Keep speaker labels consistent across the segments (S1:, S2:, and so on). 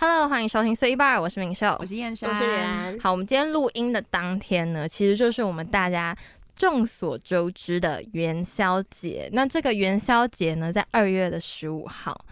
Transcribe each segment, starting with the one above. S1: Hello，欢迎收听 C Bar，我是明秀
S2: 我。是燕山，
S3: 我是然，
S1: 好，我们今天录音的当天呢，其实就是我们大家众所周知的元宵节。那这个元宵节呢，在二月的十五号。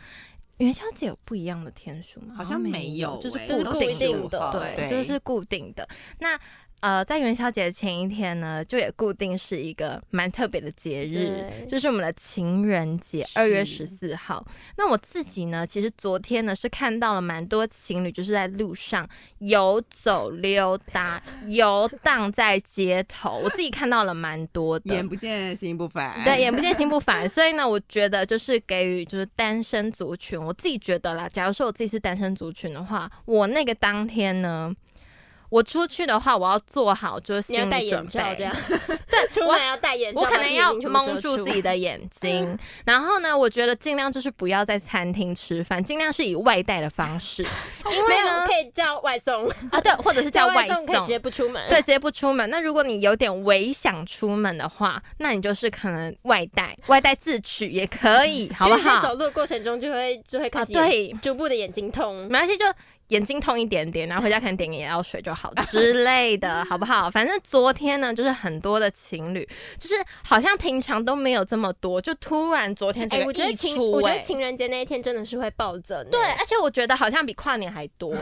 S1: 元宵节有不一样的天数吗？
S2: 好像没有欸，
S1: 就是
S3: 就是
S1: 固
S3: 固
S1: 定
S3: 定
S2: 的
S3: 的
S2: 话，
S1: 对，就是固定的。那呃，在元宵节的前一天呢，就也固定是一个蛮特别的节日，
S3: 对
S1: 就是我们的情人节，二月十
S2: 是
S1: 四号。那我自己呢，其实昨天呢是看到了蛮多情侣，就是在路上游走溜达、游荡在街头，我自己看到了蛮多的，
S2: 眼不见心不烦，
S1: 对，眼不见心不 烦。所以呢，我觉得就是给予就是单身族群，我自己觉得啦，假如说我自己是单身族群的话，我那个当天呢。我出去的话，我要做好就是
S3: 你
S1: 心
S3: 要戴
S1: 理准
S3: 眼
S1: 备
S3: 罩，这样，对，出门要戴眼罩，
S1: 我可
S3: 把
S1: 能
S3: 自己
S1: 要
S3: 眼睛
S1: 蒙
S3: 遮
S1: 住 自己的眼睛。然后呢，我觉得尽量就是不要在餐厅吃饭，尽量是以外带的方 式，因
S3: 没
S1: 为
S3: 有
S1: 呢
S3: 可以叫外送，
S1: 啊 对，或者 是叫外
S3: 送可以直接
S1: 送。
S3: 不出门，
S1: 对，，直接不出门。那如果你有点微想出门的话，那你就是可能外带，外带自取也可以，好不
S3: 因为嗯在走
S1: 好？
S3: 路的过程中就会就会开
S1: 啊，
S3: 始眼，
S1: 对，嗯
S3: 逐步的眼睛痛
S1: 没，关系，就眼睛痛一点点，然后回家可能点个眼药水就好之类的，好不好？反正昨天呢，就是很多的情侣，就是好像平常都没有这么多，就突然昨天这
S3: 哎，
S1: 个
S3: 我觉得
S1: 溢
S3: 情，
S1: 出、
S3: 我觉
S1: 哎、
S3: 得情人节那一天真的是会暴增，哎
S1: 对，，啊而且我觉得好像比跨年还 多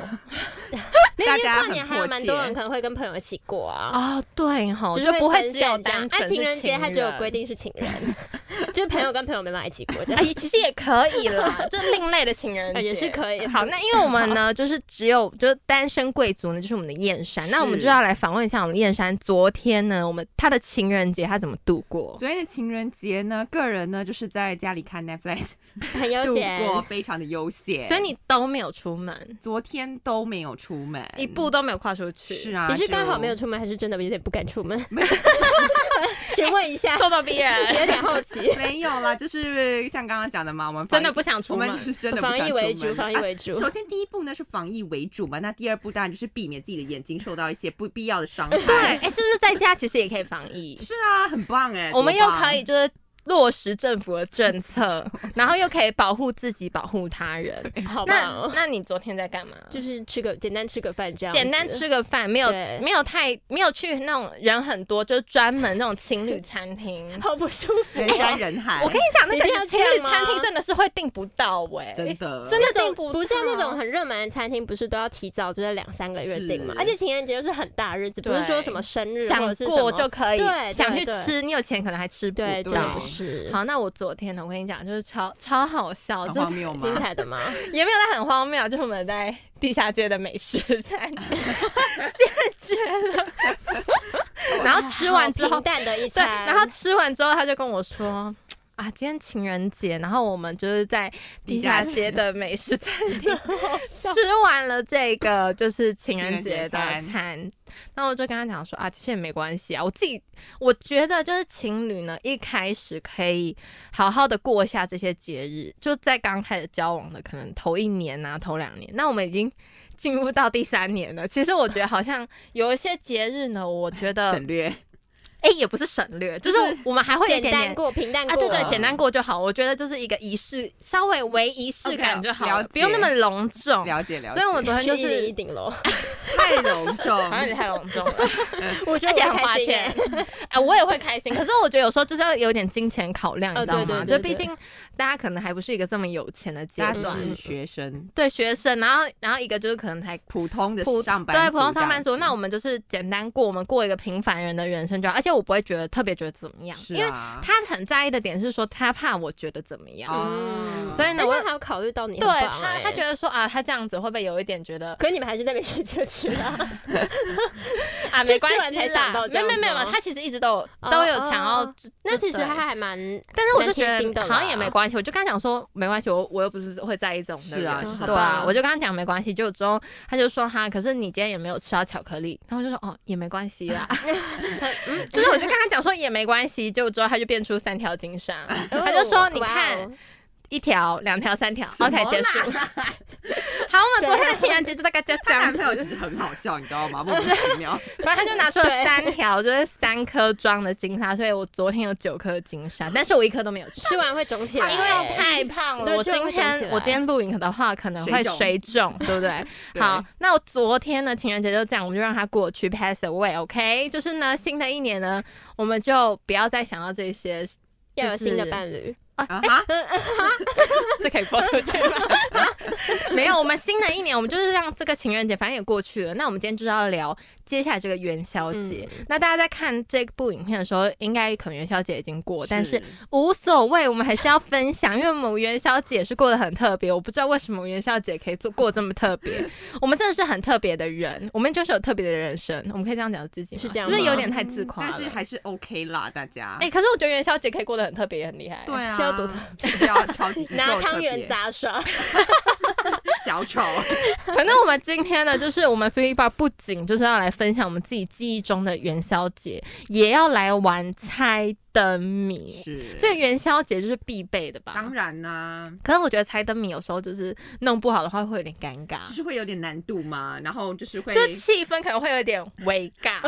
S3: 没有
S2: 大
S3: 因为
S2: 家
S3: 跨年
S2: 很
S3: 还有
S2: 迫
S3: 蛮
S2: 切
S3: 多人可能会跟朋友一起过啊。
S1: 哦，对哈，
S3: 就
S1: 就是不会
S3: 分
S1: 只
S3: 散
S1: 有
S3: 这
S1: 单
S3: 样
S1: 纯是
S3: 啊，情人节它只有
S1: 人
S3: 规。定是情人， 就是朋友跟朋友没办法一起过这 样
S1: 哎，。其实也可以 啦，就另类的情人
S3: 啊
S1: 节
S3: 也是可以
S1: 好，那因为我们呢，就是只有就是单身贵族呢，就是我们的燕山。那我们
S2: 是
S1: 就要来访问一下我们燕山，昨天呢，我们他的情人节他怎么度过？
S2: 昨天的情人节呢，个人呢就是在家里看 Netflix
S3: 很悠
S2: 度
S3: 闲，
S2: 过，非常的悠闲，
S1: 所以你都没有出门，
S2: 昨天都没有出门，
S1: 一步都没有跨出去，
S2: 是啊，
S3: 你是刚好
S2: 就
S3: 没有出门，还是真的有点不敢出门？
S2: 没有
S3: 询问 一下，
S1: 咄咄逼人，
S3: 有点好奇。
S2: 没有啦，就是像刚刚讲的嘛，我们
S1: 真
S2: 防疫
S1: 的不想
S2: 我
S1: 出门
S2: 们就。是真的不
S3: 防
S2: 想
S3: 疫
S2: 出
S3: 为
S2: 门
S3: 主，防疫
S2: 啊
S3: 为主。
S2: 首先第一步呢是防疫为主嘛，那第二步当然就是避免自己的眼睛受到一些不必要的伤害。
S1: 对，哎，是不是在家其实也可以防 疫？
S2: 是啊，很棒哎，
S1: 我们
S2: 多
S1: 又
S2: 棒
S1: 可以就是落实政府的政 策，然后又可以保护自己，保护他人。
S3: 好棒
S1: 那
S3: 哦！
S1: 那你昨天在干嘛？
S3: 就是吃个简单吃个饭这样，
S1: 简单。吃个饭，没有
S3: 对
S1: 没有太没有去那种人很多，就是专门那种情侣餐 厅。
S3: 好不舒 服
S2: 人山人海，
S1: 我跟你讲，那
S3: 一定要
S1: 个情侣
S3: 这样吗
S1: 餐厅真的是会订不到哎、
S2: 真的
S1: 真的
S3: 那
S1: 订
S3: 种
S1: 到
S3: 不像那种很热门的餐厅，不是都要提早就是两三个月订嘛？
S2: 是
S3: 而且情人节又是很大日子，不是
S1: 对
S3: 说什么生日或
S1: 想
S3: 者是什
S1: 过
S3: 么
S1: 就可以，
S3: 对对
S1: 想去
S3: 对
S1: 吃，你有钱可能还吃不
S3: 对，真的
S1: 到
S3: 不。是
S1: 好，那我昨天呢，我跟你讲，就是超超好笑，
S2: 很
S1: 就
S2: 荒
S1: 是
S2: 谬吗
S3: 精？彩的吗？
S1: 也没有在很荒谬，啊就是我们在地下街的美食餐 厅解决了， 然后吃完之
S3: 好
S1: 后
S3: 平，淡的一
S1: 对，
S3: 餐，
S1: 然后吃完之后，他就跟我说。啊，今天情人节，然后我们就是在地下街的美食餐 厅吃完了这个就是情人节的
S2: 情人节
S1: 餐，那我就跟他讲说啊，其实也没关系啊，我自己我觉得就是情侣呢，一开始可以好好的过一下这些节日，就在刚开始交往的可能头一年啊，头两年，那我们已经进入到第三年了，其实我觉得好像有一些节日呢，我觉 得
S2: 省略，
S1: 哎、也不是省略，就是
S2: 就是
S1: 我们还会有一
S3: 简
S1: 点
S3: 单
S1: 点。
S3: 过，平淡
S1: 啊，对
S3: 过，
S1: 对，
S2: 嗯
S1: 简单过就好。我觉得就是一个仪式，稍微为仪式感就好
S2: OK，了
S1: 了
S2: 解
S1: 不用那么隆重。
S2: 了解了解。
S1: 所以我们昨天就
S3: 去一零一
S1: 是，
S3: 顶楼，
S2: 太隆重，
S1: 好像有点 太隆重了，
S3: 我觉
S1: 而
S3: 得
S1: 且
S3: 我
S1: 很花
S3: 开心
S1: 钱
S3: 耶。。
S1: 哎，我也会开心，可是我觉得有时候就是要有点金钱考量，你
S3: 哦
S1: 知道
S3: 对
S1: 吗？
S3: 对对
S1: 就毕竟大家可能还不是一个这么有钱的阶
S2: 大家
S1: 段
S2: 都，是学生，
S1: 对学生，然后然后一个就是可能才
S2: 普通的
S1: 普
S2: 上班
S1: 对
S2: 族
S1: 普通上班族，
S2: 这样
S1: 那
S2: 子
S1: 我们就是简单过，我们过一个平凡人的人生就好。而且我不会觉得特别觉得怎么样，
S2: 是
S1: 因为
S2: 啊，
S1: 他很在意的点是说，他怕我觉得怎么样。
S3: 哦
S2: 嗯
S1: 所以呢
S3: 哎
S1: 我
S3: 那还有考虑到你，
S1: 对他，他觉
S3: 得。
S1: 得说啊，他这样子会不会有一点觉 得
S3: 可是你们还是在美食街吃啊？
S1: 啊，
S3: 就
S1: 没关
S3: 吃完
S1: 系
S3: 才
S1: 啦
S3: 想到，这
S1: 没有
S3: 样
S1: 没有
S3: 子
S1: 没有，
S3: 吗
S1: 他其实一直都有
S3: 哦
S1: 都有想要
S3: 哦哦
S1: 就，
S3: 那其实
S1: 对
S3: 他还蛮……
S1: 但是我就觉
S3: 蛮贴心
S1: 得
S3: 的
S1: 好像也
S3: 啦
S1: 没关系，我就跟他讲说没关系，我我又不是会在意这种的
S2: 是啊
S1: 人
S3: 是
S1: 对
S3: 啊
S1: 啊，我就跟他讲没关系，结果之后他就说哈，可是你今天也没有吃到巧克力，然后我就说哦也没关系 啦，嗯，就是
S3: 哦
S1: 我就跟他讲说也没关系，结果之后他就变出三条金沙，他就说你看。一条、两条、三条
S2: 什么
S1: ，OK
S2: 啦
S1: 结束。 好，我们昨天的情人节就大概就这
S2: 她
S1: 样
S2: 男
S1: 子
S2: 朋。友其实很好笑，你知道 吗？莫名其妙，
S1: 反正他就拿出了
S3: 对
S1: 三条，就是三颗装的金沙，所以我昨天有九颗金沙，但是我一颗都没有吃。啊
S3: 吃完会肿起来，
S1: 因为太胖了，
S3: 对
S1: 我今
S3: 吃完会肿起
S1: 天
S3: 来
S1: 我今天录影的话可能会水
S2: 水
S1: 肿，对不对？
S2: 对
S1: 好，那我昨天呢情人节就这样，我们就让它过去，pass away，OK？、就是呢，新的一年呢，我们就不要再想到这些，
S3: 要有新
S1: 就
S3: 的
S1: 是
S3: 伴侣，
S2: 啊哈，
S1: 这可以播出去吗？ 没有，我们新的一年，我们就是让这个情人节，反正也过去了。那我们今天就是要聊接下来这个元宵节。那大家在看这部影片的时候，应该可能元宵节已经过， 但是无所谓，我们还是要分享，因为我们元宵节是过得很特别。我不知道为什么元宵节可以做过这么特别， 我们真的是很特别的人，我们就是有特别的人生。我们可以这样讲自己吗
S3: 是这样
S1: 是不是
S3: 吗
S1: 有点太自夸
S2: 嗯但
S1: 了？
S2: 是还是 OK 啦，大家。
S1: 哎、可是我觉得元宵节可以过得很特别，也很厉害。
S2: 对啊，
S3: 是要多特
S2: 是要超 级
S3: 拿汤圆
S2: 砸
S3: 杂耍，
S2: 小 丑，
S1: 反正我们今天呢，就是我们 Three Bar 不仅就是要来分享我们自己记忆中的元宵节，也要来玩猜灯谜。
S2: 是
S1: 这个元宵节就是必备的吧
S2: 当？然啦、
S1: 可是我觉得猜灯谜有时候就是弄不好的话会有点尴尬
S2: 就，是会有点难度嘛，然后就是会
S1: 就是气氛可能会有点微 尬，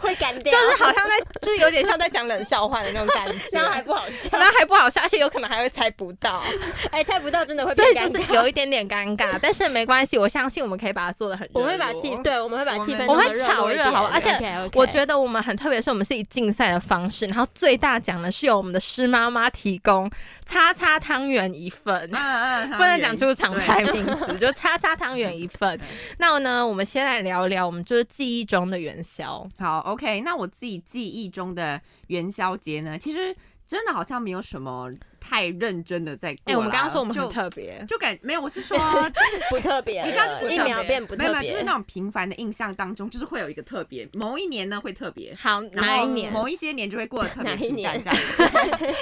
S3: 会干掉，
S1: 就是好像在就是有点像在讲冷笑话的那种感觉，
S3: 然后还不好 笑，
S1: 然后还不好笑，而且有可能还会猜不到，
S3: 哎，猜不到真的 会
S1: 所
S3: 变
S1: 以
S3: 尴
S1: 就
S3: 尬，
S1: 是有一点点尴尬，但是没关系，我相信我们可以把它做的很热
S3: 我
S1: 络，
S3: 们会把气，对，我们会把气氛
S1: 我们
S3: 弄得
S1: 会炒
S3: 热
S1: 热
S3: 络一
S1: 好吧
S3: 点
S1: 而且
S3: OK，OK
S1: 我觉得我们很特别，是我们是以竞赛的方式，然后最大奖呢是由我们的师妈妈提供叉叉汤圆一份。
S2: 嗯嗯，
S1: 不能讲出厂牌
S2: 对
S1: 名 字，就叉叉汤圆一份
S2: 对。
S1: 那我呢，我们先来聊聊我们就是记忆中的元宵。
S2: 好，OK，那我自己记忆中的元宵节呢，其实真的好像没有什么太认真的在过啦。
S1: 哎、我们刚刚说我们很
S2: 就
S1: 特别，
S2: 就感没有，我是 说就是
S3: 不特别了，
S2: 你刚刚说
S3: 一
S2: 特
S3: 秒
S1: 别
S3: 变不
S2: 没有
S3: 特
S2: 没有，就是
S3: 别
S2: 那，种平凡的印象当中，就是会有一个特别，某一年呢会特别。
S1: 好
S2: 然
S1: 哪一
S2: 后
S1: 年？
S2: 某一些年就会过得特 别
S3: 哪一
S2: 平淡
S3: 年
S2: 这样子，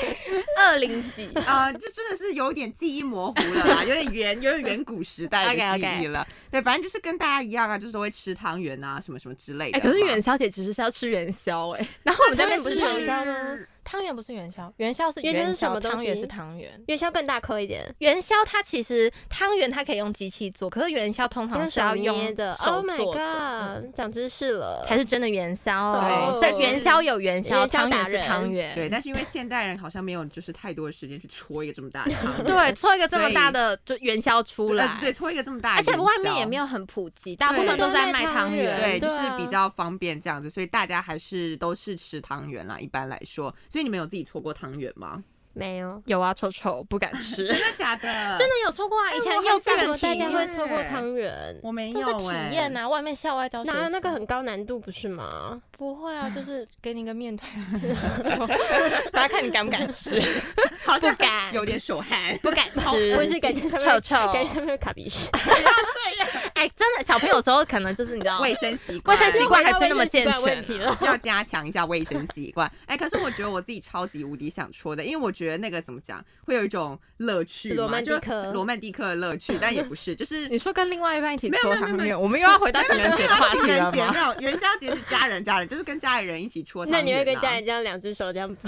S1: 二零几？
S2: 呃，就真的是有点记忆模糊了啦，有点远，有点远古时代的
S1: OK，OK
S2: 记忆了。对，反正就是跟大家一样啊，就是都会吃汤圆啊，什么什么之类的
S1: 哎、
S2: 嘛。
S1: 可是元宵节其实是要吃元宵哎、然后我们这
S3: 汤
S1: 边
S3: 圆不是
S1: 吃
S3: 元宵吗？
S1: 汤圆不是元宵，元宵是
S3: 元宵是什么东
S1: 汤圆
S3: 西
S1: 是汤圆。
S3: 元宵更大颗一点，
S1: 元宵它其实汤圆它可以用机器做，可是元宵通常
S3: 用
S1: 是
S3: 手
S1: 要
S3: 捏
S1: 用
S3: 的。
S1: 手
S3: Oh my
S1: 做的。嗯
S3: god，长知识了，
S1: 才是真的元宵哦，
S2: 对
S1: 所以
S2: 是
S1: 元宵有元宵，
S3: 元宵
S1: 汤圆
S3: 达
S1: 是
S3: 人
S1: 汤圆，
S2: 对，但是因 为现代人好像没有就是太多的时间去戳一个这 么大的汤圆，
S1: 对，搓一个这么大的就元宵出
S2: 对
S1: 来
S2: 呃，对，戳一个这么大的
S1: 而
S2: 元宵，
S1: 且外面也没有很普及，大部分都在卖汤圆，
S2: 对，就
S3: 对
S2: 是
S3: 啊
S2: 比较方便这样子，所以大家还是都是吃汤圆啦。一般来说，所以你们有自己搓过汤圆吗？
S3: 没有。
S1: 有啊，臭臭不敢吃， 真
S2: 真的假的？
S1: 的有搓过
S3: 哎
S1: 啊，以前幼稚
S3: 为什
S1: 园
S3: 么大家
S1: 体
S3: 会
S1: 验
S3: 错过汤圆？
S2: 我没欸
S1: 这是体验啊呐，外面校外教学
S3: 哪有那个
S1: 生
S3: 很高难度不是吗？
S1: 不会啊，就是给你一个面团， 大家看你敢不敢 吃，
S2: 好像
S1: 不敢
S2: 有点手汗。
S1: 不敢吃，
S3: 不是感觉上面
S1: 臭臭，
S3: 感觉上面有卡鼻屎，
S1: 哎，真的，小朋友有时候可能就是你知道，
S2: 卫生
S1: 哦
S2: 习
S1: 卫
S2: 惯，
S1: 生 习惯还不是那么
S3: 卫生习
S1: 健
S3: 惯
S1: 全
S3: 问题
S1: 啊、
S3: 了。
S2: 要加强一下卫生习惯。哎、可是我觉得我自己超级无敌想戳的，因为我觉得那个怎么讲，会有一种乐趣嘛，
S3: 罗曼蒂
S2: 就
S3: 克
S2: 罗曼蒂克的乐趣，但也不是，就是
S1: 你说跟另外一半一起
S2: 没有
S1: 搓
S2: 没有
S1: 汤
S2: 没
S1: 圆，我们又要回到情人节话
S2: 情
S1: 题
S2: 人
S1: 了
S2: 节
S1: 吗？
S2: 没有，元宵节是家人家人，就是跟家里人一起戳汤圆、
S3: 那
S2: 啊。
S3: 你会跟家人这样两只手这样？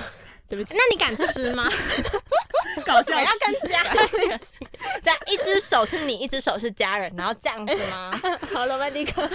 S3: 对不起
S1: 那，你敢吃吗？
S2: 搞笑
S1: 我要跟家人，对，一只手是你，一只手是家人，然后这样子吗？
S3: 好，罗曼蒂克，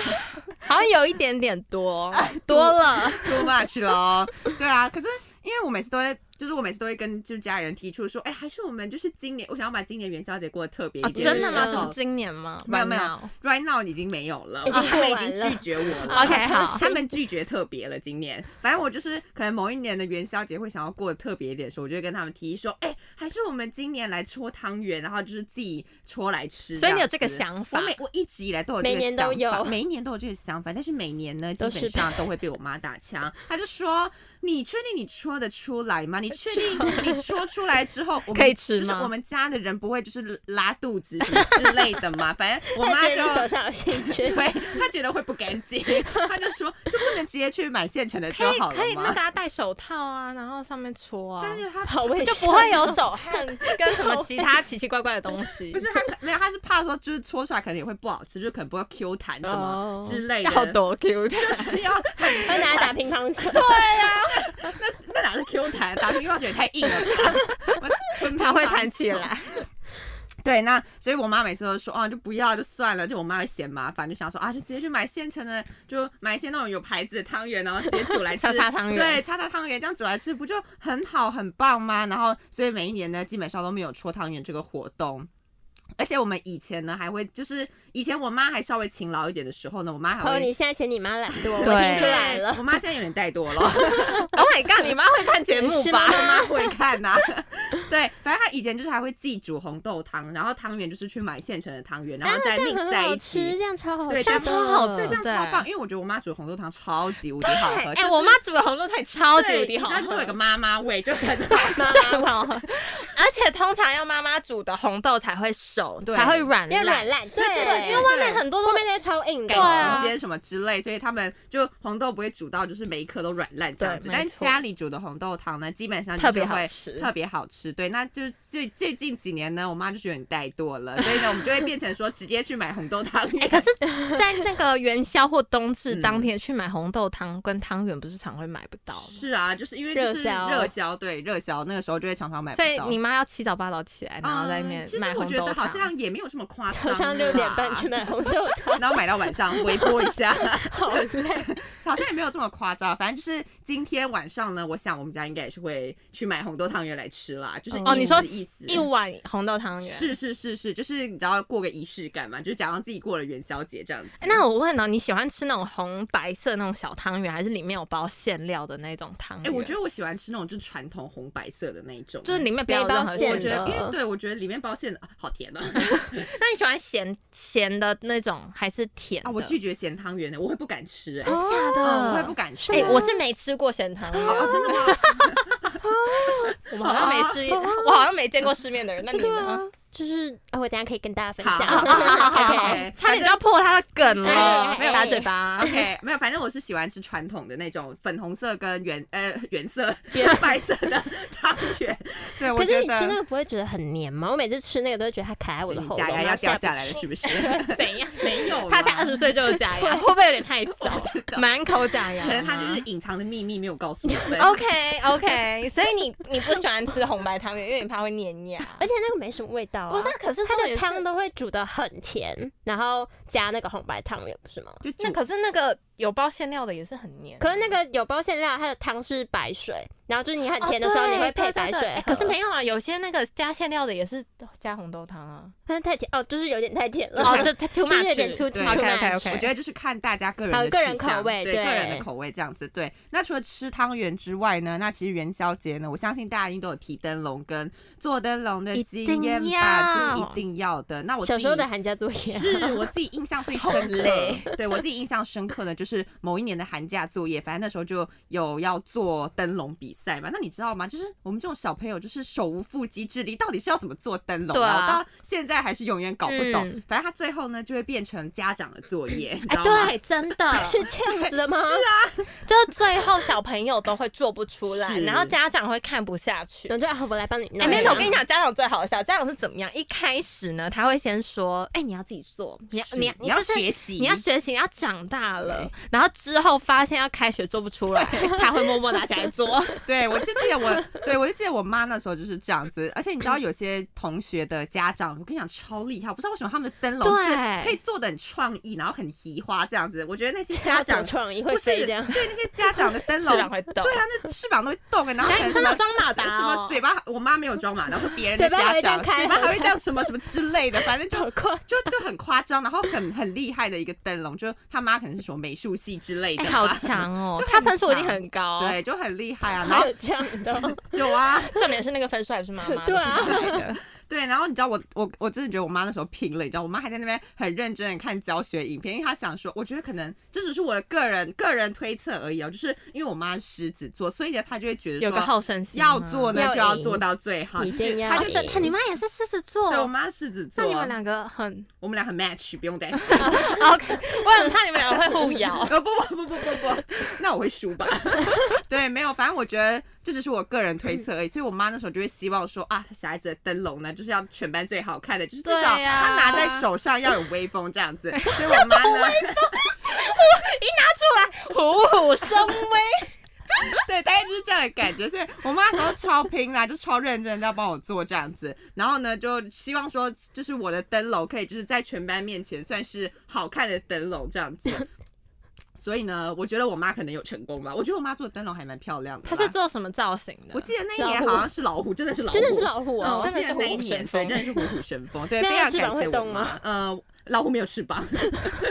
S1: 好像有一点点多，多了。
S2: too much 咯。对啊，可是因为我每次都会，就是我每次都会跟就是家里人提出说，哎、还是我们就是今年，我想要把今年元宵节过得特别一
S1: 哦
S2: 点、
S1: 真的吗？
S3: 是
S1: 这是今年吗？
S2: 没有没有
S1: Right now
S2: r i g h t now 已经没有了，啊
S3: 已经
S2: 他们
S3: 过
S2: 已
S3: 完
S2: 经
S3: 了
S2: 拒绝我了。
S1: OK，好
S2: 他们拒绝特别了。今年，反正我就是可能某一年的元宵节会想要过得特别一点的时候，我就会跟他们提议说，哎、还是我们今年来戳汤圆，然后就是自己戳来吃。
S1: 所以你有
S2: 这
S1: 这个
S2: 样子
S1: 想
S2: 我
S1: 法？
S2: 每我一直以来都有这
S3: 每
S2: 个
S3: 年
S2: 想
S3: 都
S2: 法，
S3: 有
S2: 每一年都有这个想法，但是每年呢，基
S3: 都
S2: 本
S3: 失败
S2: 上都会被我妈打枪。她就说：“你确定你戳得出来吗？你确 定你戳出来之后，我们
S1: 可以吃
S2: 就是
S1: 吗
S2: 我们家的人不会就是拉肚子什么之类的 吗？反正我妈
S3: 觉得你手
S2: 就。”
S3: 上有细菌。
S2: 对她觉得会不干 净，她就说就不能直接去买现成的就
S1: 可以
S2: 好
S1: 可
S2: 了
S1: 以，那
S2: 吗？
S1: 大家戴手套啊，然后上面搓啊
S2: 但，是她
S3: 好卫生，
S1: 就不会有手汗跟什么其他奇奇怪怪的东西。
S2: 不是她可没有，她是怕说就是戳出来可能也会不好吃，就可能不会 Q 弹什么
S3: 哦
S2: 之类的，
S1: 要多 Q
S2: 就是要
S3: 会拿来打乒乓球。
S2: 那哪是 Q 弹，打因为我觉得太硬了 吧，我吞
S1: 它会
S2: 不下
S1: 弹起
S2: 去
S1: 来。
S2: 对，那所以我妈每次都说，哦，就不要就算了，就我妈会嫌麻烦，就想说啊，就直接去买现成的，就买一些那种有牌子的汤圆，然后直接煮来吃。
S1: 叉叉汤圆
S2: 对，叉叉汤圆这样煮来吃，不就很好很棒吗？然后，所以每一年呢，基本上都没有戳汤圆这个活动。而且我们以前呢，还会就是以前我妈还稍微勤劳一点的时候呢，我妈还
S3: 哦，
S2: 会
S3: 你现在嫌你妈懒惰，我
S1: 对
S3: 听出来了。
S2: 我妈现在有点怠惰了。
S1: Oh my god！你妈会看节目
S3: 是
S1: 吧
S3: 吗？
S2: 妈妈会看呐、 对，反正她以前就是还会自己煮红豆汤，然后汤圆就是去买现成的汤圆，然后再
S3: 啊这样
S2: mix
S3: 很
S2: 在
S3: 好
S2: 一起
S3: 吃，这。样超好吃
S2: 对
S3: 的，
S2: 这样
S1: 超好吃
S2: 对，这样
S1: 对
S2: 超棒，因为我觉得我妈煮的红豆汤超级无敌好喝。
S1: 哎、
S2: 就是
S1: 我妈煮的红豆菜超级无
S2: 对
S1: 敌好
S2: 你知道就是
S1: 喝
S2: 有一个妈妈味，就很
S3: 妈妈好喝，
S1: 而且通常要妈妈煮的红豆才会熟，
S2: 对
S1: 才会软
S3: 要
S1: 烂。
S3: 软烂，对
S2: 对对
S1: 因为外面很多
S3: 后
S1: 都
S3: 面那些超硬的
S2: 赶
S1: 对啊
S2: 时间什么之类，所以他们就红豆不会煮到就是每一颗都软烂这样子。
S1: 对没
S2: 但
S1: 错
S2: 家里煮的红豆汤呢，基本上就是
S1: 特别好
S2: 会
S1: 吃
S2: 特别好吃。对，那就是最最近几年呢，我妈就是有点怠惰了，所以呢，我们就会变成说直接去买红豆汤圆。
S1: 哎、可是，在那个元宵或冬至
S2: 嗯
S1: 当天去买红豆汤跟汤圆，不是常会买不到吗？
S2: 是啊，就是因为就是
S3: 热销
S2: 热销，对热销那个时候就会常常买不
S1: 所
S2: 到。
S1: 以你妈要七早八早起来，然后在那
S2: 嗯
S1: 边
S2: 其实
S1: 买
S2: 我
S1: 红
S2: 觉
S1: 豆
S2: 得
S1: 汤。
S2: 好像也没有这么夸张
S3: 早
S2: 啦，
S3: 上六点半去买红 豆汤，
S2: 然后买到晚上微波一下，
S3: 好累。
S2: 好像也没有这么夸张。反正就是今天晚上呢，我想我们家应该也是会去买红豆汤圆来吃啦，就是
S1: 哦，
S2: 意
S1: 你说
S2: 思意思
S1: 一碗红豆汤圆。
S2: 是是是是，就是你知道过个仪式感嘛，就是假装自己过了元宵节这样子。
S1: 哎那我问哦，你喜欢吃那种红白色那种小汤圆，还是里面有包馅料的那种汤
S2: 哎、
S1: 圆？
S2: 我觉得我喜欢吃那种就是传统红白色的那一种，
S1: 就是里面不要有任何
S3: 没包
S2: 我
S1: 馅
S2: 觉得，
S1: 的。
S3: 馅
S2: 因
S3: 的
S2: 为对我觉得里面包馅的啊好 甜哦。
S1: 那你喜欢咸咸的那种，还是甜的？
S2: 啊，我拒绝咸汤圆的，我会不敢吃、哎
S1: 真的假
S2: 嗯我会
S1: 的？
S2: 不敢吃。
S1: 哦哎、我是没吃过咸汤圆，
S2: 哦，真的吗？
S1: 我们好像没吃，我好啊像没见过世面的人。那你呢？
S3: 就是哦，我等一下可以跟大家分
S2: 好
S3: 享。
S2: 好 好好
S3: OK，
S2: 好，
S1: 差点就要破他的梗
S3: 哎哎
S1: 了
S3: 哎，哎
S1: 打嘴巴。
S2: OK，没有，反正我是喜欢吃传统的那种粉红色跟原呃原色
S3: 原
S2: 白色的汤圆。对，我
S3: 可
S2: 觉
S3: 是你吃那
S2: 得
S3: 个不会觉得很黏吗？我每次吃那个都会觉得它卡在我的
S2: 你
S3: 喉咙，
S2: 假牙
S3: 然
S2: 要
S3: 后
S2: 掉
S3: 下不
S2: 下来了，
S3: 去
S2: 是不 是？
S1: 怎样？
S2: 没有啦，
S1: 他才二十岁就有假 牙，会不会有点太早？满口假牙嗯
S2: 可
S1: 吗，
S2: 能他就是隐藏的秘密没有告诉你 们。
S1: OK OK，所以你你不喜欢吃红白汤圆，因为你怕会粘牙。
S3: 而且那个没什么味道、啊。
S1: 不是，可是
S3: 它
S1: 重
S3: 的
S1: 点是
S3: 汤都会煮的很甜，然后加那个红白汤圆，不是吗？
S2: 就
S1: 那
S2: 煮
S1: 可是那个有包馅料的也是很黏啊。
S3: 可是那个有包馅料，它的汤是白水，然后就是你很甜的时候，
S1: 哦
S3: 你会
S1: 对
S3: 配
S1: 对
S3: 白
S1: 对
S3: 水
S1: 哎
S3: 喝、
S1: 可是没有啊，有些那个加馅料的也是加红豆汤啊。
S3: 它太甜哦，就是有点太甜了。
S1: 哦，就 too
S3: 就是
S1: much，
S3: 有点 too too
S1: OK
S3: much
S1: OK
S2: 我
S1: OK。
S2: 觉得就是看大家个人
S3: 还
S2: 的
S3: 有个人
S2: 取向
S3: 口味
S2: 对
S3: 对
S2: 个人的口味这样子。对，那除了吃汤圆之外呢，那其实元宵节呢，我相信大家一定都有提灯笼跟做灯笼的
S1: 一
S2: 经验
S1: 定
S2: 吧，
S1: 要
S2: 这是一定要的。那我
S3: 小
S2: 自
S3: 时候
S2: 己
S3: 的寒假作业啊、
S2: 是我自己印象 最深
S3: 好累
S2: 刻， 对我自己印象深刻的就是某一年的寒假作业，反正那时候就有要做灯笼比赛嘛。那你知道吗？就是我们这种小朋友，就是手无缚鸡之力，到底是要怎么做灯笼、
S1: 对啊
S2: 我到现在还是永远搞不懂。
S1: 嗯
S2: 反正他最后呢，就会变成家长的作 业，你知
S1: 哎，
S2: 道吗？
S1: 对，真 的
S3: 啊 是这样子的吗？
S1: 啊就是最后小朋友都会做不出来，
S2: 是
S1: 然后家长会看不下去。
S3: 然后就啊，我来帮你弄。
S1: 哎，没有，
S2: 对
S1: 我跟你讲，家长最好笑。家长是怎么样？一开始呢，他会先说：“哎，你要自己做，你要
S2: 是
S1: 你要
S2: 你要
S1: 这是
S2: 学习，
S1: 你要学习，你要长大了
S2: 对。”
S1: 然后之后发现要开学做不出来，他会默默拿起来 做。
S2: 对，我就记得我，对我就记得我妈那时候就是这样子。而且你 知道，有些同学的家长，我跟你讲超厉害，我不知道为什么他们的灯笼是
S1: 对啊
S2: 可以做的很创意，然后很移花这样子。我觉得那些家
S3: 家长
S2: 长
S3: 创意会
S2: 不是
S3: 飞
S2: 对
S3: 这样，
S2: 那些家长的灯
S1: 市
S2: 笼，
S1: 长会动。
S2: 对啊，那翅膀都会动哎，然后
S1: 哎，
S2: 可能
S1: 你
S2: 什
S1: 真的
S2: 么。
S1: 装马达
S2: 什
S1: 哦
S2: 么？嘴巴？我妈没有装嘛，然后是别人的
S3: 嘴巴还
S2: 家
S3: 会这
S2: 长
S3: 样开
S2: 嘴巴还会这样什么什么之类的，反正就
S3: 好快。
S2: 就就很夸张，然后很很厉害的一个灯笼，就他妈可能是什么美术系之类的
S1: 哎，
S2: 吧，
S1: 好强哦
S2: 就！很
S1: 他分数一定很高。，
S2: 对，就很厉害 啊。然
S3: 还
S2: 后
S3: 有这样的哦，
S2: 有啊，
S1: 重点是那个分数还不是妈妈的。
S3: 对啊
S1: 是自己来的
S2: 对，然后你知道我我我真的觉得我妈那时候拼了，你知道我妈还在那边很认真的看教学影片，因为她想说，我觉得可能这只是我的个人个人推测而已哦，就是因为我妈是狮子座，所以呢她就会觉得
S1: 有个
S2: 说
S1: 好胜心吗。
S2: 要做呢
S3: 要
S2: 就要
S3: 赢
S2: 做到最 好，
S3: 一
S2: 就是
S3: 定要
S2: 她
S1: 啊
S2: 就
S3: 赢
S1: 这看你妈也是狮子座
S2: 对我妈是狮子
S1: 哦那
S2: 座，
S1: 你们两个很
S2: 我们俩很 match，不用担心。
S1: OK，我很怕你们俩会互 咬。
S2: 呃不不不不不不，那我会输吧？ 对，没有，反正我觉得这只是我个人推测而已，所以我妈那时候就会希望说啊，小孩子的灯笼呢，就是要全班最好看的，就是至
S1: 对啊
S2: 少
S1: 呀
S2: 她拿在手上要有威风这样子。所以我妈呢，
S1: 一拿出来，虎虎生威。
S2: 对，对，大概就是这样的感觉。所以我妈那时候超拼啦，就超认真地要帮我做这样子。然后呢，就希望说，就是我的灯笼可以就是在全班面前算是好看的灯笼这样子。所以呢，我觉得我妈可能有成功吧。我觉得我妈做的灯笼还蛮漂亮的
S1: 他
S2: 啦。
S1: 是做什么造型的？
S2: 我记得那一年好像是老虎，真的是老虎，
S3: 真的是老虎
S2: 嗯
S3: 哦，
S2: 我
S1: 真的
S2: 记得
S1: 是虎
S2: 那一
S1: 虎生
S2: 年对，
S1: 风
S2: 真的是虎虎生风，对，
S3: 那
S2: 非
S3: 它
S2: 常
S3: 翅
S2: 感
S3: 膀
S2: 谢
S3: 会
S2: 我
S3: 动吗
S2: 妈？呃，老虎没有翅膀，